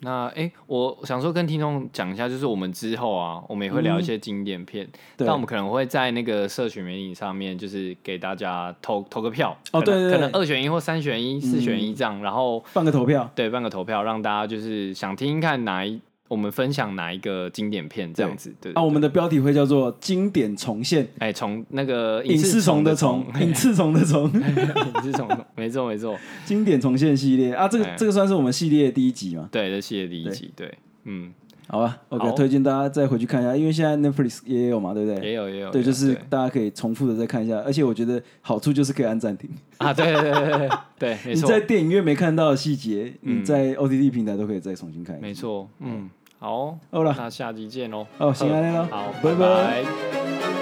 Speaker 1: 那哎、诶我想说跟听众讲一下，就是我们之后啊，我们也会聊一
Speaker 2: 嗯
Speaker 1: 些经典片，
Speaker 2: 对
Speaker 1: 但我们可能会在那个社群媒体上面，就是给大家投投个票。可
Speaker 2: 哦
Speaker 1: 能
Speaker 2: 对对对
Speaker 1: 可能二选一或三选一、四选一
Speaker 2: 嗯
Speaker 1: 这样，然后
Speaker 2: 办个投票，
Speaker 1: 对办个投票，让大家就是想听听看哪一我们分享哪一个经典片这样子。对，
Speaker 2: 啊，我们
Speaker 1: 的
Speaker 2: 的标题会叫做“经典重现
Speaker 1: 哎从那个
Speaker 2: 影视虫的虫，
Speaker 1: *laughs*
Speaker 2: *laughs* 影视虫的虫”，
Speaker 1: 影视虫的，没错没错，
Speaker 2: 经典重现系列啊，这
Speaker 1: 哎
Speaker 2: 个这个算是我们系列的第一集嘛，
Speaker 1: 对，这系列第一
Speaker 2: 对
Speaker 1: 集，对，嗯，
Speaker 2: 好吧
Speaker 1: 好
Speaker 2: ？OK，推荐大家再回去看一下，因为现在 Netflix 也有嘛，对不
Speaker 1: 也
Speaker 2: 对？
Speaker 1: 有也有，
Speaker 2: 对，
Speaker 1: 也有
Speaker 2: 就是大家可以重复的再看一下，而且我觉得好处就是可以按暂停。
Speaker 1: 啊，对对对对对对，没
Speaker 2: 你
Speaker 1: 错嗯
Speaker 2: 在电影院没看到的细节，你在 OTT 平台都可以再重新看一
Speaker 1: 没
Speaker 2: 次。
Speaker 1: 错，嗯，好哦，
Speaker 2: 好了，哦
Speaker 1: 那下集见喽，
Speaker 2: 哦，行啊，那咯
Speaker 1: 好，
Speaker 2: 拜
Speaker 1: 拜
Speaker 2: 拜。
Speaker 1: 拜